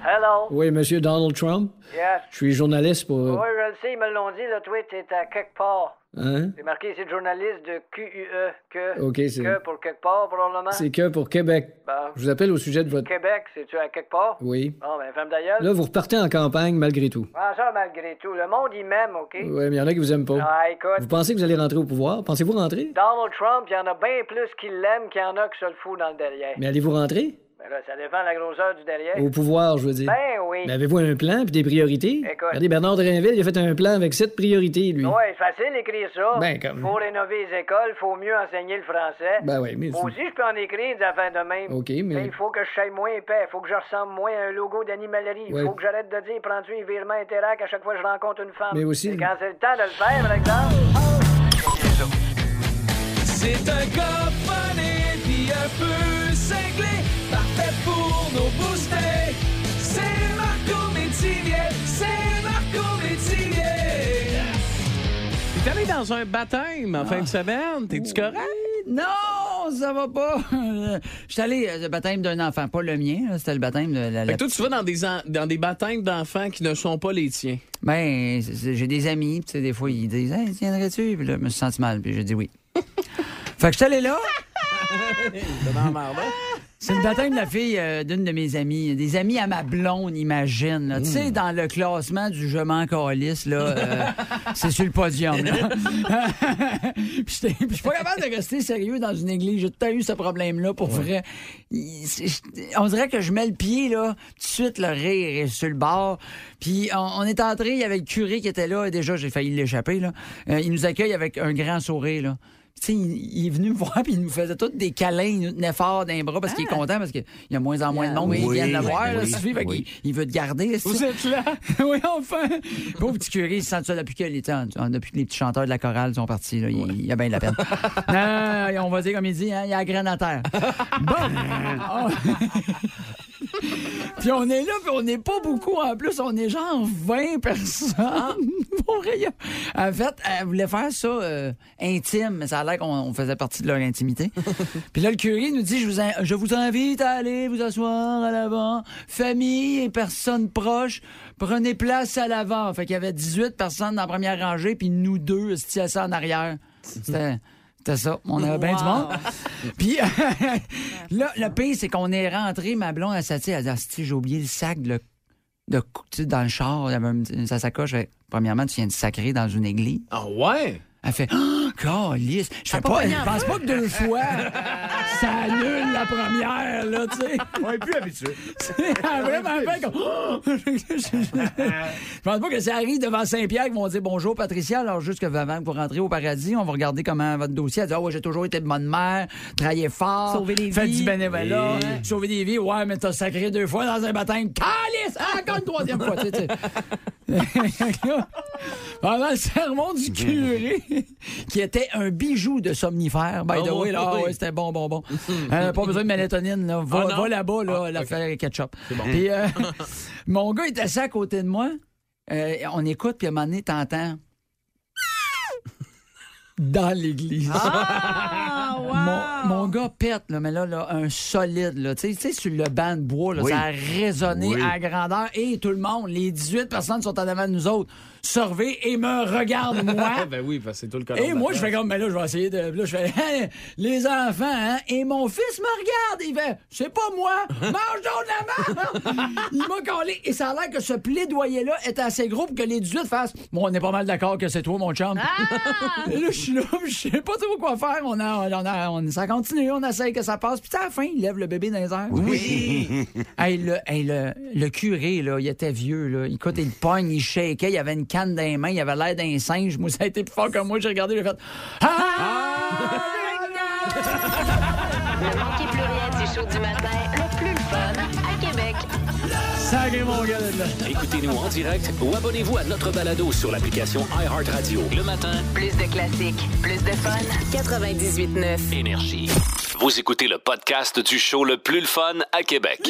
Speaker 8: Hello.
Speaker 7: Oui, Monsieur Donald Trump.
Speaker 8: Yes.
Speaker 7: Je suis journaliste pour. euh,
Speaker 8: Oui, je le sais, ils me l'ont dit, le tweet est à quelque part.
Speaker 7: hein?
Speaker 8: C'est marqué ici journaliste de QUE. Que.
Speaker 7: OK, c'est-
Speaker 8: Que pour quelque part, probablement.
Speaker 7: C'est que pour Québec.
Speaker 8: Bon.
Speaker 7: Je vous appelle au sujet de votre.
Speaker 8: Québec, c'est-tu à quelque part?
Speaker 7: Oui.
Speaker 8: Bon, ben, femme d'ailleurs.
Speaker 7: Là, vous repartez en campagne malgré tout.
Speaker 8: Prends Ah, ça malgré tout. Le monde, il m'aime, OK?
Speaker 7: Oui, mais il y en a qui vous aiment pas.
Speaker 8: Ah, écoute.
Speaker 7: Vous pensez que vous allez rentrer au pouvoir? Pensez-vous rentrer?
Speaker 8: Donald Trump, il y en a bien plus qui l'aiment qu'il y en a qui se le fout dans le derrière.
Speaker 7: Mais allez-vous rentrer?
Speaker 8: Ben là, ça dépend de la grosseur du derrière.
Speaker 7: Au pouvoir, je veux dire.
Speaker 8: Ben oui.
Speaker 7: Mais avez-vous un plan puis des priorités?
Speaker 8: Écoute.
Speaker 7: Regardez, Bernard Drainville, il a fait un plan avec sept priorités, lui.
Speaker 8: Ouais, c'est facile d'écrire ça.
Speaker 7: Ben, comme-
Speaker 8: Faut rénover les écoles, faut mieux enseigner le français.
Speaker 7: Ben oui, mais.
Speaker 8: Moi aussi, je peux en écrire des affaires de même.
Speaker 7: OK, mais-
Speaker 2: Ben,
Speaker 8: il faut que je sois moins épais, faut que je ressemble moins à un logo d'animalerie. Il
Speaker 7: Ouais.
Speaker 8: faut que j'arrête de dire prends-tu un virement Interac à chaque fois que je rencontre une femme.
Speaker 7: Mais aussi-
Speaker 8: Et quand c'est le temps de le faire, par exemple.
Speaker 2: C'est un gars funny, puis un peu cinglé, parfait pour nos boostés. C'est Marco Métivier, c'est Marco Métivier. Ah.
Speaker 3: T'es allé dans un baptême en fin de semaine, t'es-tu correct?
Speaker 4: Ben, Non, ça va pas. Je suis allé euh, le baptême d'un enfant, pas le mien. là, C'était le baptême de la. la-
Speaker 3: Fait que toi, tu vas dans des, en- dans des baptêmes d'enfants qui ne sont pas les tiens.
Speaker 4: Ben, c'est- c'est- j'ai des amis, puis tu sais, des fois, ils disent Hey, tiendrais-tu Puis là, je me suis senti mal, puis j'ai dit oui. fait que je suis allé là. C'est le baptême de la fille euh, d'une de mes amies. Des amis à ma blonde, imagine. là. Tu sais, dans le classement du Je m'en calisse, là, euh, c'est sur le podium. Là. Puis j'étais- puis je suis pas capable de rester sérieux dans une église. J'ai tout le temps eu ce problème-là, pour vrai. Il- c'est- je- On dirait que je mets le pied, là, tout de suite, le rire est sur le bord. Puis on, on est entré, il y avait le curé qui était là, et déjà, j'ai failli l'échapper, là. Euh, il nous accueille avec un grand sourire, là. Tu sais, il, il est venu me voir puis il nous faisait tous des câlins, il nous tenait fort d'un bras parce qu'il est content parce qu'il y a moins en moins de monde qui
Speaker 5: Ah. Oui,
Speaker 4: viennent le voir. là,
Speaker 5: oui,
Speaker 4: Sophie, fait
Speaker 5: oui.
Speaker 4: qu'il- il, veut te garder. Vous êtes là? oui, enfin! Pauvre petit curé, il se sent ça depuis que, les, temps- depuis que les petits chanteurs de la chorale sont partis. Là, il, il a bien de la peine. Non, on va dire comme il dit, hein, il a la graine à terre. Bon! Puis on est là, puis on n'est pas beaucoup. En plus, on est genre 20 personnes. Pour rien. En fait, elle voulait faire ça euh, intime, mais ça a l'air qu'on on faisait partie de leur intimité. puis là, le curé nous dit je vous, in- je vous invite à aller vous asseoir à l'avant. Famille et personnes proches, prenez place à l'avant. Fait qu'il y avait 18 personnes dans la première rangée, puis nous deux, assis assis en arrière. C'était. C'était ça. On avait bien du monde. Puis là, le pire, c'est qu'on est rentré, ma blonde, elle s'est dit, elle a dit, Asti, j'ai oublié le sac de, de cou- tu sais, dans le char, il y avait une, une- sa sacoche. Elle fait, Premièrement, tu viens de sacrer dans une église.
Speaker 3: Ah ouais?
Speaker 4: Elle fait, oh, calisse. Je fais pas, je pense pas que deux fois, ça annule la première, là, tu sais.
Speaker 5: On est plus habitué.
Speaker 4: Elle a Ah, vraiment fait comme, oh! Je pense pas que ça arrive devant Saint-Pierre qu'ils vont dire bonjour Patricia, alors juste que avant que vous rentrez au paradis, on va regarder comment votre dossier. Elle dit Ah ouais, j'ai toujours été de bonne mère, travaillé fort,
Speaker 6: Sauver des
Speaker 4: fait
Speaker 6: vies.
Speaker 4: du bénévolat, hein. sauver des vies. Ouais, mais t'as sacré deux fois dans un baptême. Calice! Ah, Encore une troisième fois, tu sais, tu sais. Fait que là, Pendant le sermon du curé, qui était un bijou de somnifère, by the
Speaker 3: Ah
Speaker 4: way,
Speaker 3: oui.
Speaker 4: là, ah ouais, c'était bon, bon, bon. Euh, pas besoin de mélatonine, là. Va,
Speaker 3: Ah non?
Speaker 4: va là-bas, là,
Speaker 3: Ah,
Speaker 4: l'affaire ketchup. Puis, euh, mon gars est assis à côté de moi. Euh, on écoute, puis à un moment donné, t'entends. Dans l'église.
Speaker 6: Ah,
Speaker 4: Mon,
Speaker 6: wow!
Speaker 4: mon gars pète, là, mais là, là, un solide. là. Tu sais- tu sais, sur le banc de bois, là,
Speaker 5: Oui.
Speaker 4: ça a résonné
Speaker 5: Oui.
Speaker 4: à grandeur. Et tout le monde, les 18 personnes sont en avant de nous autres, surveillent et me regardent,
Speaker 3: Ah
Speaker 4: moi.
Speaker 3: ben oui, parce que c'est tout le cas.
Speaker 4: Et moi, je fais comme, mais là, je vais essayer de. Là, je fais, Hein, les enfants, hein. Et mon fils me regarde. Il fait, c'est pas moi. Mange donc de la merde. Il m'a collé. Et ça a l'air que ce plaidoyer-là est assez gros pour que les 18 fassent, bon, on est pas mal d'accord que c'est toi, mon chum. Et là, je suis là, puis je sais pas trop quoi faire. On a, on a, on- ça continue, on essaye que ça passe. Puis à la fin, il lève le bébé dans les airs. Oui! hey, le, hey, le, le curé, là, il était vieux. Là. Écoute, il pogne, il shakeait, il avait une canne dans les mains, il avait l'air d'un singe. Moi, ça a été plus fort que moi. J'ai regardé, j'ai fait... Ah!
Speaker 1: Ne manquez plus rien du show du matin, le plus le fun à Québec.
Speaker 4: Sacré mon gars, là.
Speaker 9: Écoutez-nous en direct ou abonnez-vous à notre balado sur l'application iHeartRadio. Le matin,
Speaker 1: Plus de classiques, plus de fun. 98.9.
Speaker 9: énergie. Vous écoutez le podcast du show le plus le fun à Québec.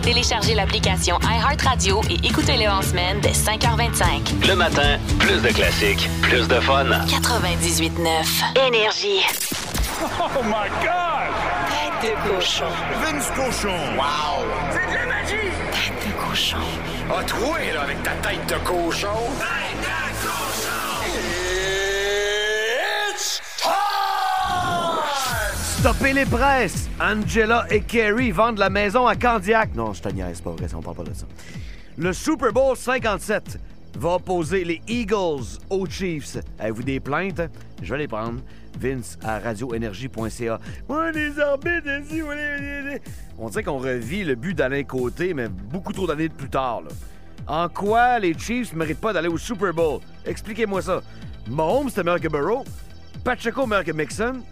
Speaker 1: Téléchargez l'application iHeartRadio et écoutez-le en semaine dès 5h25.
Speaker 9: Le matin, plus de classiques, plus de fun.
Speaker 1: 98.9. Énergie.
Speaker 10: C'est de la magie! Tête de cochon. Ah, troué, là, avec ta tête de cochon. Tête de cochon! It's time!
Speaker 5: Stoppez les presses! Angela et Kerry vendent la maison à Candiac. Non, je te niaise, pas vrai, on parle pas de ça. Le Super Bowl 57 va opposer les Eagles aux Chiefs. Avez-vous des plaintes? Je vais les prendre. Vince à radioénergie.ca. Ouais, les arbitres, ici, ouais, les- les- les- On dirait qu'on revit le but d'Alain Côté, mais beaucoup trop d'années plus tard. là. En quoi les Chiefs méritent pas d'aller au Super Bowl? Expliquez-moi ça. Mahomes, c'était meilleur que Burrow. Pacheco, meilleur que Mixon.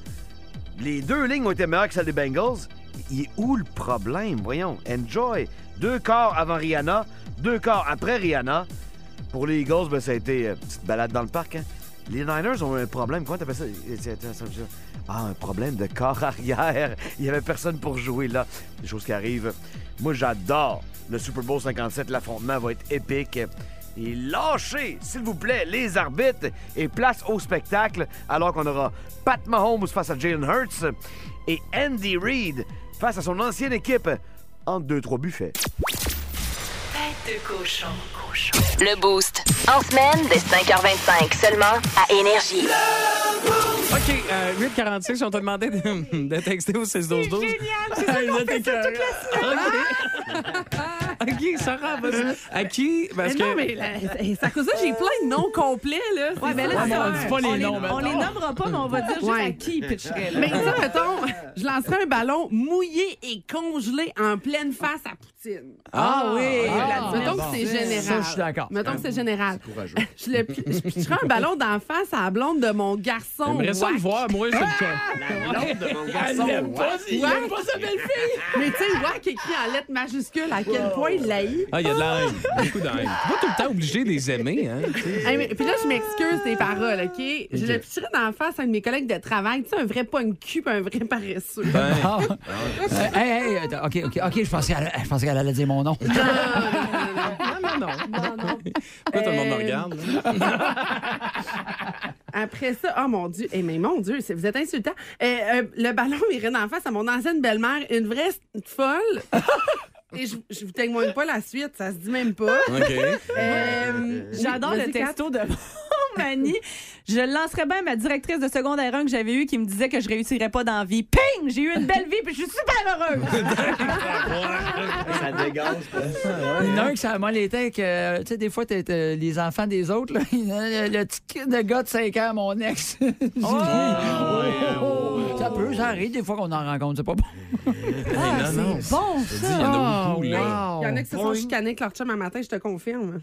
Speaker 5: Les deux lignes ont été meilleures que celles des Bengals. Il est où le problème? Voyons, enjoy. Deux quarts avant Rihanna, deux quarts après Rihanna. Pour les Eagles, ben, ça a été euh, petite balade dans le parc. hein. Les Niners ont eu un problème. Comment t'appelles ça? Euh, c'est- attends, ça me dit- Ah, un problème de corps arrière. Il n'y avait personne pour jouer là. Des choses qui arrivent. Moi, j'adore le Super Bowl 57. L'affrontement va être épique. Et lâchez, s'il vous plaît, les arbitres et place au spectacle alors qu'on aura Pat Mahomes face à Jalen Hurts et Andy Reid face à son ancienne équipe entre deux trois buffets.
Speaker 1: Le Boost. En semaine dès 5h25 seulement à Énergie.
Speaker 3: OK, euh, 8h46, on t'a demandé de, de texter au 6 12 12
Speaker 6: Génial, c'est ça qu'on fait ça toute la semaine.
Speaker 3: OK, Sarah, vas-y. À qui? Parce
Speaker 6: Mais non,
Speaker 3: que...
Speaker 6: mais là, c'est- c'est à cause de ça, j'ai plein de noms complets, là. Ouais, mais
Speaker 3: là, Ouais, mais on dit pas les noms,
Speaker 6: On
Speaker 3: maintenant.
Speaker 6: les nommera pas, mais on va dire juste
Speaker 11: Ouais.
Speaker 6: à qui ils pitcheraient, là.
Speaker 11: Mais ça, mettons, je lancerais un ballon mouillé et congelé en pleine face à Poutine. Poutine.
Speaker 4: Ah oui!
Speaker 11: Vladimir.
Speaker 4: Ah,
Speaker 11: Mettons
Speaker 4: bon.
Speaker 11: que c'est
Speaker 4: Ça,
Speaker 11: général.
Speaker 4: je suis d'accord. Ah.
Speaker 11: Mettons que c'est général.
Speaker 5: courageux.
Speaker 11: Je, le, pi- je pitcherais un ballon d'en face à la blonde de mon garçon.
Speaker 3: J'aimerais ça le
Speaker 11: Wack.
Speaker 3: voir, moi, je le cas.
Speaker 5: Elle l'aime pas,
Speaker 11: il aime pas sa belle fille. Mais tu sais, Wack écrit en lettres majuscules à quel point il l'haït.
Speaker 3: Ah, il y a de la haine. Beaucoup de haine. T'es pas tout le temps obligé de les aimer, hein? tu sais.
Speaker 11: Hey, mais- puis là, je m'excuse des paroles, OK? Je le pitcherais dans la face à un de mes collègues de travail. Tu sais, un vrai punk cul puis un vrai paresseux.
Speaker 3: Ben,
Speaker 4: Ah. Euh, hey, hey, attends, OK, OK, OK, je pensais qu'elle je pensais qu'elle allait dire mon nom.
Speaker 3: non, non, non. Pourquoi tout le monde me regarde? là?
Speaker 11: Après ça, oh mon Dieu, eh, mais mon Dieu, c'est- vous êtes insultant. Euh, euh, le ballon irait en face à mon ancienne belle-mère, une vraie s- folle. Et je, je vous témoigne pas la suite, ça se dit même pas.
Speaker 3: OK.
Speaker 11: Euh,
Speaker 6: J'adore
Speaker 11: vas-y,
Speaker 6: le
Speaker 11: Kat.
Speaker 6: texto de mon Mani. Je lancerais bien ma directrice de secondaire 1 que j'avais eue qui me disait que je réussirais pas dans la vie. Ping! J'ai eu une belle vie puis je suis super heureuse!
Speaker 5: Ça dégage. hein.
Speaker 4: Il y en a un qui s'en molle les têtes, que, tu sais, des fois, t'es, t'es- les enfants des autres, là, il y en a le, le petit kid de gars de 5 ans, mon ex. Je dis, hein,
Speaker 5: Oh.
Speaker 4: Ça peut, ça arrive, des fois qu'on en rencontre, c'est pas bon.
Speaker 3: non, non.
Speaker 4: C'est bon, ça.
Speaker 3: il y en a beaucoup, là.
Speaker 11: Il y en a qui se sont chicanés avec leur chum un matin, je te confirme.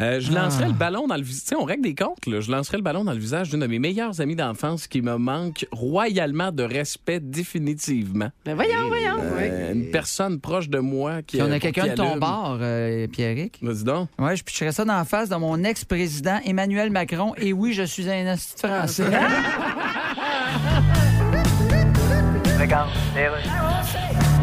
Speaker 3: Euh, je lancerais le ballon dans le visage. Tu sais, on règle des comptes, là. Je lancerais le ballon dans le visage d'une de mes meilleures amies d'enfance qui me manque royalement de respect définitivement.
Speaker 11: Ben voyons, voyons.
Speaker 3: Euh, une personne proche de moi qui.
Speaker 4: Puis on
Speaker 3: euh,
Speaker 4: a quelqu'un
Speaker 3: qui
Speaker 4: de ton
Speaker 3: allume.
Speaker 4: bord, euh, Pierrick.
Speaker 3: Vas-y donc.
Speaker 4: Ouais, je picherais ça dans la face de mon ex-président Emmanuel Macron. Et oui, je suis un institut français.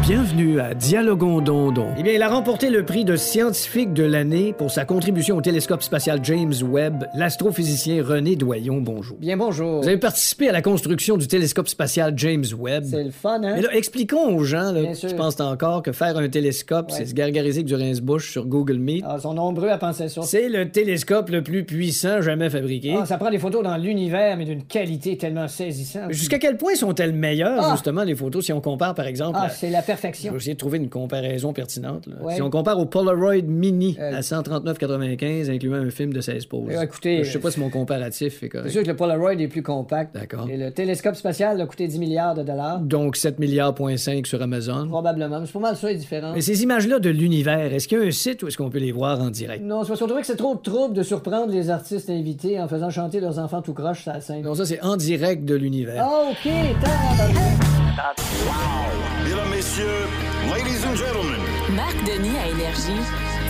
Speaker 7: Bienvenue à Dialogon Dondon. Eh bien, il a remporté le prix de scientifique de l'année pour sa contribution au télescope spatial James Webb, l'astrophysicien René Doyon. Bonjour.
Speaker 8: Bien, bonjour.
Speaker 7: Vous avez participé à la construction du télescope spatial James Webb.
Speaker 8: C'est le fun, hein?
Speaker 7: Mais là, expliquons aux gens là,
Speaker 8: Bien
Speaker 7: qui
Speaker 8: sûr.
Speaker 7: pensent encore que faire un télescope, c'est se gargariser avec du rince-bouche sur Google Meet.
Speaker 8: Ah, ils sont nombreux à penser ça.
Speaker 7: C'est le télescope le plus puissant jamais fabriqué.
Speaker 8: Ah, ça prend des photos dans l'univers, mais d'une qualité tellement saisissante.
Speaker 7: Mais Jusqu'à quel point sont-elles meilleures,
Speaker 8: Ah.
Speaker 7: justement, les photos, si on compare, par exemple,
Speaker 8: Ah,
Speaker 7: à-
Speaker 8: c'est la
Speaker 7: Je
Speaker 8: perfection.
Speaker 7: vais essayer de trouver une comparaison pertinente. là.
Speaker 8: Ouais.
Speaker 7: Si on compare au Polaroid Mini
Speaker 8: Euh,
Speaker 7: à 139,95, incluant un film de 16 poses.
Speaker 8: Euh, écoutez,
Speaker 7: je sais pas si mon comparatif est correct.
Speaker 8: C'est sûr que le Polaroid est plus compact.
Speaker 7: D'accord.
Speaker 8: Et le télescope spatial a coûté 10 milliards de dollars.
Speaker 7: Donc 7 milliards point 5 sur Amazon.
Speaker 8: Probablement. Mais C'est pas mal ça, est différent.
Speaker 7: Mais ces images-là de l'univers, est-ce qu'il y a un site où est-ce qu'on peut les voir en direct?
Speaker 8: Non, c'est parce qu'on trouvait que c'est trop de trouble de surprendre les artistes invités en faisant chanter leurs enfants tout croche sur la scène.
Speaker 7: Non, ça c'est en direct de l'univers.
Speaker 8: Ah, OK, t'as
Speaker 10: Mesdames, messieurs, ladies and gentlemen,
Speaker 1: Marc Denis à Énergie.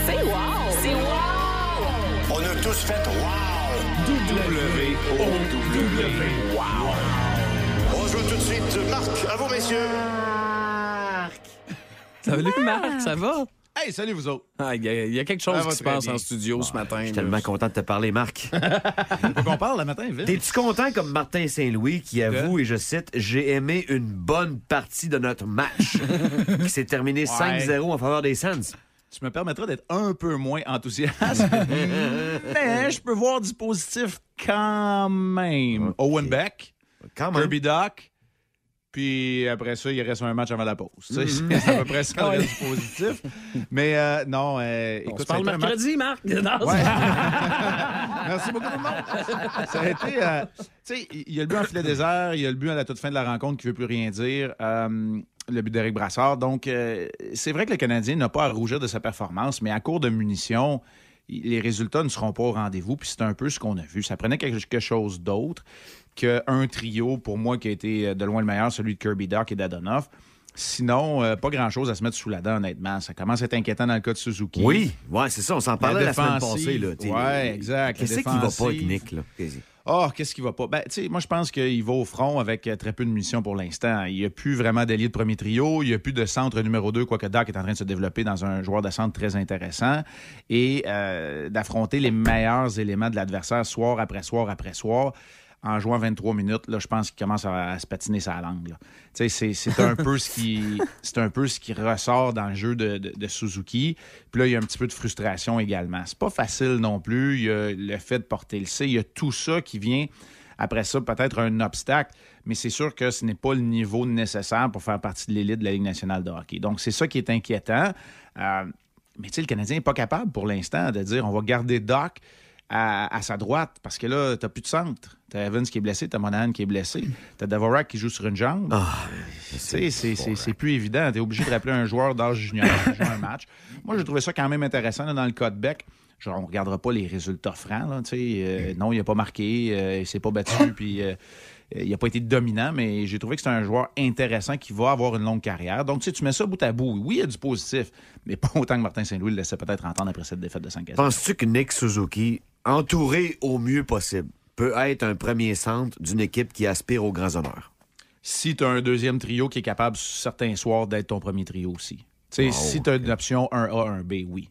Speaker 1: C'est wow! C'est wow!
Speaker 10: on a tous fait wow! W-O-W, wow! On joue tout de suite Marc, à vous, messieurs!
Speaker 3: Salut
Speaker 11: Ah!
Speaker 3: Marc, ça va?
Speaker 10: Hey, salut vous autres!
Speaker 3: Ah, Il y, a- il y a quelque chose
Speaker 10: Ça va
Speaker 3: qui se
Speaker 10: très
Speaker 3: passe
Speaker 10: bien.
Speaker 3: en studio ce matin.
Speaker 5: Je suis
Speaker 3: là.
Speaker 5: tellement content de te parler, Marc.
Speaker 12: Faut qu'on parle le matin, vite.
Speaker 5: T'es-tu content comme Martin Saint-Louis qui avoue, et je cite, j'ai aimé une bonne partie de notre match qui s'est terminé 5-0 en faveur des Suns.
Speaker 12: Tu me permettras d'être un peu moins enthousiaste, mais je peux voir du positif quand même. Owen Beck,
Speaker 5: Quand même.
Speaker 12: Kirby Doc, puis après ça, il reste un match avant la pause. Tu sais,
Speaker 3: Mhm.
Speaker 12: C'est à peu près ça le reste du positif. Mais euh, non, euh,
Speaker 3: On
Speaker 12: écoute,
Speaker 3: se
Speaker 12: ça a
Speaker 3: parle
Speaker 12: été un match-
Speaker 3: mercredi, Marc. Non,
Speaker 12: Ouais. Merci beaucoup tout le monde. Ça a été, euh, tu sais, il y a le but en filet désert, il y a le but à la toute fin de la rencontre qui veut plus rien dire. euh, le but d'Éric Brassard. Donc, euh, c'est vrai que le Canadien n'a pas à rougir de sa performance, mais à court de munitions, i- les résultats ne seront pas au rendez-vous. Puis c'est un peu ce qu'on a vu. Ça prenait quelque chose d'autre qu'un trio, pour moi, qui a été euh, de loin le meilleur, celui de Kirby Doc et d'Adonoff. Sinon, euh, pas grand-chose à se mettre sous la dent, honnêtement. Ça commence à être inquiétant dans le cas de Suzuki.
Speaker 5: Oui, ouais, c'est ça, on s'en parlait la, semaine passée. Là, t'sais.
Speaker 12: Ouais, exact.
Speaker 5: Qu'est-ce
Speaker 12: La
Speaker 5: qui va pas avec
Speaker 12: défensive.
Speaker 5: Nick? Là?
Speaker 12: Ah, qu'est-ce qui va pas? Ben, tu sais, moi, je pense qu'il va au front avec euh, très peu de missions pour l'instant. Il n'y a plus vraiment d'alliés de premier trio. Il n'y a plus de centre numéro 2, quoique Doc est en train de se développer dans un joueur de centre très intéressant. Et euh, d'affronter les meilleurs éléments de l'adversaire soir après soir après soir. En jouant 23 minutes, là, je pense qu'il commence à, à se patiner sa langue. là. Tu sais, c'est- c'est un peu ce qui, c'est un peu ce qui ressort dans le jeu de, de- de Suzuki. Puis là, il y a un petit peu de frustration également. C'est pas facile non plus. Il y a le fait de porter le C. Il y a tout ça qui vient après ça, peut-être un obstacle. Mais c'est sûr que ce n'est pas le niveau nécessaire pour faire partie de l'élite de la Ligue nationale de hockey. Donc, c'est ça qui est inquiétant. Euh, mais tu sais, le Canadien n'est pas capable pour l'instant de dire on va garder Doc à, à sa droite parce que là, t'as plus de centre. T'as Evans qui est blessé, t'as Monahan qui est blessé, t'as Davorak qui joue sur une jambe.
Speaker 5: Ah,
Speaker 12: Tu sais, c'est- c'est c'est plus évident. T'es obligé de rappeler un joueur d'âge junior qui joue un match. Moi, j'ai trouvé ça quand même intéressant là, dans le cas de Beck. Genre, on ne regardera pas les résultats francs. Là, tu sais. Euh, non, il n'a pas marqué, euh, il s'est pas battu, puis euh, il n'a pas été dominant, mais j'ai trouvé que c'est un joueur intéressant qui va avoir une longue carrière. Donc, tu sais, tu mets ça bout à bout. Oui, il y a du positif, mais pas autant que Martin Saint-Louis le laissait peut-être entendre après cette défaite de 5 à 0.
Speaker 5: hein. Penses-tu que Nick Suzuki, entouré au mieux possible, peut être un premier centre d'une équipe qui aspire aux grands honneurs?
Speaker 12: si tu as un deuxième trio qui est capable certains soirs d'être ton premier trio aussi. Tu sais,
Speaker 5: Oh,
Speaker 12: si tu as une option 1A, 1B, oui.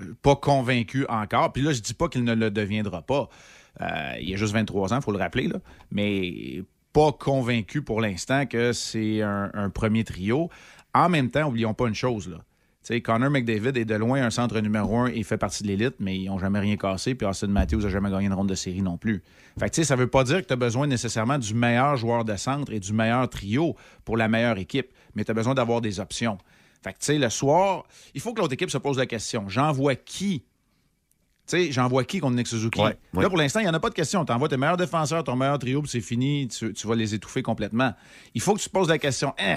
Speaker 12: Euh, Pas convaincu encore. Puis là, je dis pas qu'il ne le deviendra pas. Euh, il a juste 23 ans, il faut le rappeler, là. mais pas convaincu pour l'instant que c'est un, un premier trio. En même temps, oublions pas une chose. Là. Tu sais, Connor McDavid est de loin un centre numéro un et fait partie de l'élite, mais ils n'ont jamais rien cassé. Puis Austin Matthews n'a jamais gagné une ronde de série non plus. Fait que, tu sais, ça veut pas dire que tu as besoin nécessairement du meilleur joueur de centre et du meilleur trio pour la meilleure équipe, mais tu as besoin d'avoir des options. Fait que, tu sais, le soir, il faut que l'autre équipe se pose la question. J'envoie qui? Tu sais, j'envoie qui contre Nick Suzuki?
Speaker 5: Ouais, ouais.
Speaker 12: Là, pour l'instant, il n'y en a pas de question. Tu envoies tes meilleurs défenseurs, ton meilleur trio, puis c'est fini, tu, tu vas les étouffer complètement. Il faut que tu te poses la question, eh,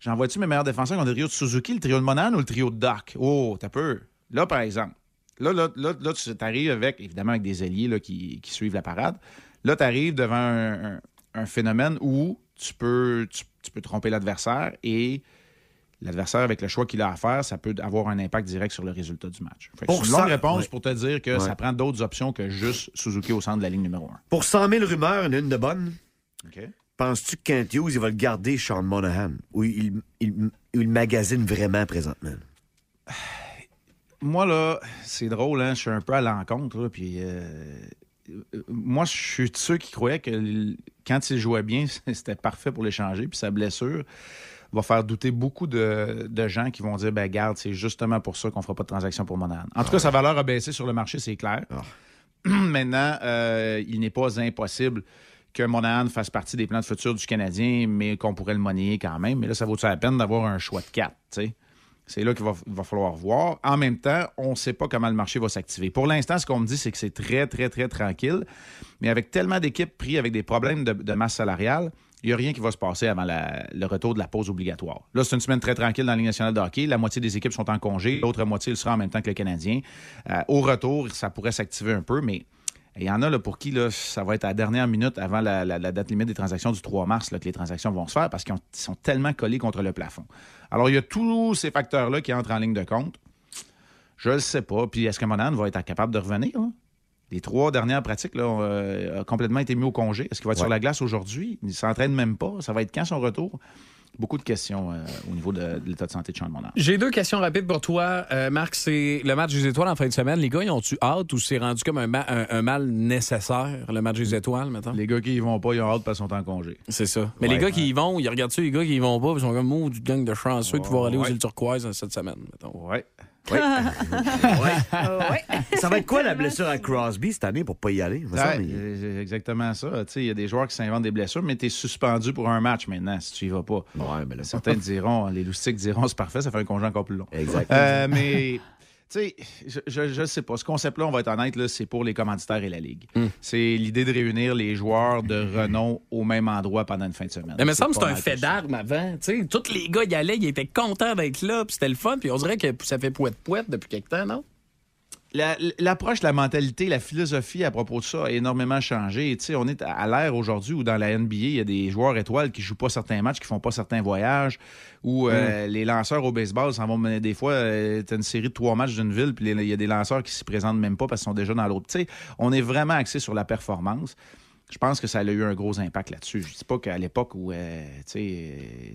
Speaker 12: J'envoie-tu mes meilleurs défenseurs contre le trio de Suzuki, le trio de Monahan ou le trio de Doc? Oh, t'as peur. Là, par exemple, là, là, là, là, tu arrives avec, évidemment, avec des alliés là, qui, qui suivent la parade. Là, tu arrives devant un, un- un phénomène où tu peux, tu, tu peux tromper l'adversaire et l'adversaire, avec le choix qu'il a à faire, ça peut avoir un impact direct sur le résultat du match. Fait que
Speaker 5: Pour
Speaker 12: c'est une longue
Speaker 5: ça-
Speaker 12: réponse
Speaker 5: ouais.
Speaker 12: pour te dire que
Speaker 5: Ouais.
Speaker 12: ça prend d'autres options que juste Suzuki au centre de la ligne numéro 1.
Speaker 5: Pour 100 000 rumeurs, il y en a une de bonne.
Speaker 12: OK.
Speaker 5: Penses-tu que Kent Hughes, il va le garder, Sean Monahan? Ou il, il, il magasine vraiment présentement?
Speaker 12: Moi, là, c'est drôle, hein, je suis un peu à l'encontre. là, Puis, euh, euh, moi, je suis de ceux qui croyaient que l- quand il jouait bien, c'était parfait pour l'échanger. Puis sa blessure va faire douter beaucoup de, de gens qui vont dire ben garde, c'est justement pour ça qu'on fera pas de transaction pour Monahan. En tout cas, sa valeur a baissé sur le marché, c'est clair. Maintenant, euh, il n'est pas impossible que Monahan fasse partie des plans de futur du Canadien, mais qu'on pourrait le monnayer quand même. Mais là, ça vaut-tu la peine d'avoir un choix de 4, tu sais? C'est là qu'il va, va falloir voir. En même temps, on ne sait pas comment le marché va s'activer. Pour l'instant, ce qu'on me dit, c'est que c'est très, très, très tranquille. Mais avec tellement d'équipes prises avec des problèmes de, de masse salariale, il n'y a rien qui va se passer avant la- le retour de la pause obligatoire. Là, c'est une semaine très tranquille dans la Ligue nationale de hockey. La moitié des équipes sont en congé. L'autre moitié, le sera en même temps que le Canadien. Euh, au retour, ça pourrait s'activer un peu, mais il y en a là, pour qui là, ça va être à la dernière minute avant la, la- la date limite des transactions du 3 mars là, que les transactions vont se faire parce qu'ils ont- ils sont tellement collés contre le plafond. Alors, il y a tous ces facteurs-là qui entrent en ligne de compte. Je le sais pas. Puis, est-ce que Monahan va être capable de revenir? là? Les trois dernières pratiques là, ont euh, ont complètement été mis au congé. Est-ce qu'il va être sur la glace aujourd'hui? Il s'entraîne même pas. Ça va être quand son retour? Beaucoup de questions euh, au niveau de, de l'état de santé de Sean Monahan.
Speaker 3: J'ai deux questions rapides pour toi, euh, Marc. C'est le match des étoiles en fin de semaine. Les gars, ils ont-tu hâte ou c'est rendu comme un, ma- un- un mal nécessaire, le match des étoiles, maintenant?
Speaker 12: Les gars qui y vont pas, ils ont hâte parce qu'ils sont en congé.
Speaker 3: C'est ça. Mais
Speaker 12: Ouais,
Speaker 3: les gars
Speaker 12: ouais.
Speaker 3: qui y vont, ils regardent ça, les gars qui y vont pas, puis ils sont comme, oh, du gang de chanceux de pouvoir aller aux
Speaker 12: Ouais.
Speaker 3: îles turquoises euh, cette semaine, mettons.
Speaker 12: Ouais.
Speaker 5: Ouais. Ça va être quoi la blessure à Crosby cette année pour pas y aller? Il me
Speaker 12: Ouais,
Speaker 5: semble, il-
Speaker 12: euh, C'est exactement ça. Tu sais, Il y a des joueurs qui s'inventent des blessures, mais tu es suspendu pour un match maintenant si tu y vas pas. Certains diront, hein, les loustiques diront, c'est parfait, ça fait un congé encore plus long.
Speaker 5: Exactement.
Speaker 12: Euh, mais, tu sais, je- je je sais pas. Ce concept-là, on va être honnête, là, c'est pour les commanditaires et la Ligue. C'est l'idée de réunir les joueurs de renom au même endroit pendant une fin de semaine.
Speaker 3: Mais il me semble que
Speaker 12: pas
Speaker 3: c'est un
Speaker 12: mal
Speaker 3: fait
Speaker 12: tout ça.
Speaker 3: d'armes avant. Tu sais, tous les gars y allaient, ils étaient contents d'être là, puis c'était le fun, puis on dirait que ça fait pouette-pouette depuis quelque temps, non?
Speaker 12: La- L'approche, la mentalité, la philosophie à propos de ça a énormément changé. Tu sais, on est à- à l'ère aujourd'hui où dans la NBA, il y a des joueurs étoiles qui jouent pas certains matchs, qui font pas certains voyages, où euh, les lanceurs au baseball s'en vont mener des fois. euh, T'as une série de trois matchs d'une ville, puis les- il y a des lanceurs qui s'y présentent même pas parce qu'ils sont déjà dans l'autre. Tu sais, on est vraiment axé sur la performance. Je pense que ça a eu un gros impact là-dessus. Je dis pas qu'à l'époque où, euh, tu sais,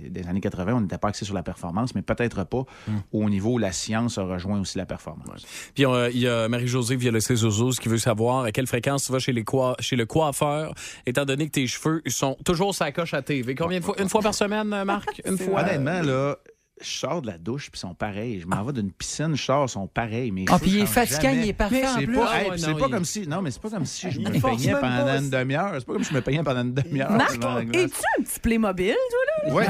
Speaker 12: euh, des années 80, on n'était pas axé sur la performance, mais peut-être pas au niveau où la science a rejoint aussi la performance.
Speaker 3: Puis euh, il y a Marie-Josée via le Zouzous qui veut savoir à quelle fréquence tu vas chez, les coi- chez le coiffeur, étant donné que tes cheveux ils sont toujours sa coche à TV. Combien de fois? Une fois par semaine, euh, Marc? Une fois?
Speaker 12: Honnêtement, là, je sors de la douche, puis ils sont pareils. Je m'en vais d'une piscine, je sors, ils sont pareils. Mes
Speaker 4: Ah,
Speaker 12: cheveux
Speaker 4: puis il est
Speaker 12: changent
Speaker 4: fatigant,
Speaker 12: jamais.
Speaker 4: il est parfait
Speaker 12: C'est
Speaker 4: en plus.
Speaker 12: pas,
Speaker 4: Ah
Speaker 12: hey,
Speaker 4: ouais,
Speaker 12: puis
Speaker 4: non,
Speaker 12: c'est pas
Speaker 4: il-
Speaker 12: comme si. Non, mais c'est pas comme si je me
Speaker 4: Il force
Speaker 12: peignais
Speaker 4: même
Speaker 12: pendant
Speaker 4: pas.
Speaker 12: une demi-heure. C'est pas comme si je me peignais pendant une demi-heure.
Speaker 6: Marc,
Speaker 12: devant la glace.
Speaker 6: es-tu un petit plémobile, toi, là?
Speaker 12: Oui,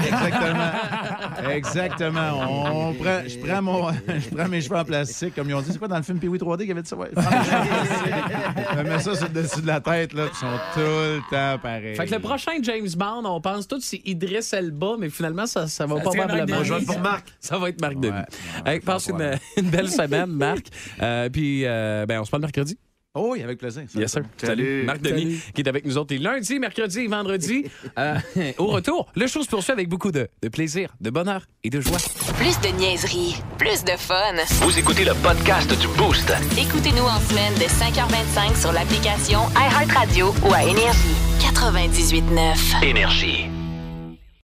Speaker 12: exactement. exactement. On prend- je, prends mon, je prends mes cheveux en plastique, comme ils ont dit. C'est quoi dans le film Pee-Wee 3D qu'il y avait dit ça? Ouais, je prends mes cheveux en plastique. Je mets ça sur le dessus de la tête, là, puis ils sont tout le temps pareils.
Speaker 3: Fait que le prochain James Bond, on pense tous c'est Idriss Elba, mais finalement, ça, ça va
Speaker 12: Ça
Speaker 3: pas
Speaker 12: serait Marc
Speaker 3: probablement.
Speaker 12: Denis. Je vais pour Marc.
Speaker 3: Ça va être Marc Denis. Hey, passe une, une belle semaine, Marc. Euh, puis, euh, ben, on se parle mercredi.
Speaker 12: Oh, avec plaisir.
Speaker 3: Yes, sir. Salut. Marc Denis, qui est avec nous autres les lundis, mercredis et vendredis. Euh, au retour, le show se poursuit avec beaucoup de, de plaisir, de bonheur et de joie.
Speaker 1: Plus de niaiserie, plus de fun.
Speaker 9: Vous écoutez le podcast du Boost.
Speaker 1: Écoutez-nous en semaine de 5h25 sur l'application iHeartRadio ou à Énergie 98.9.
Speaker 9: Énergie.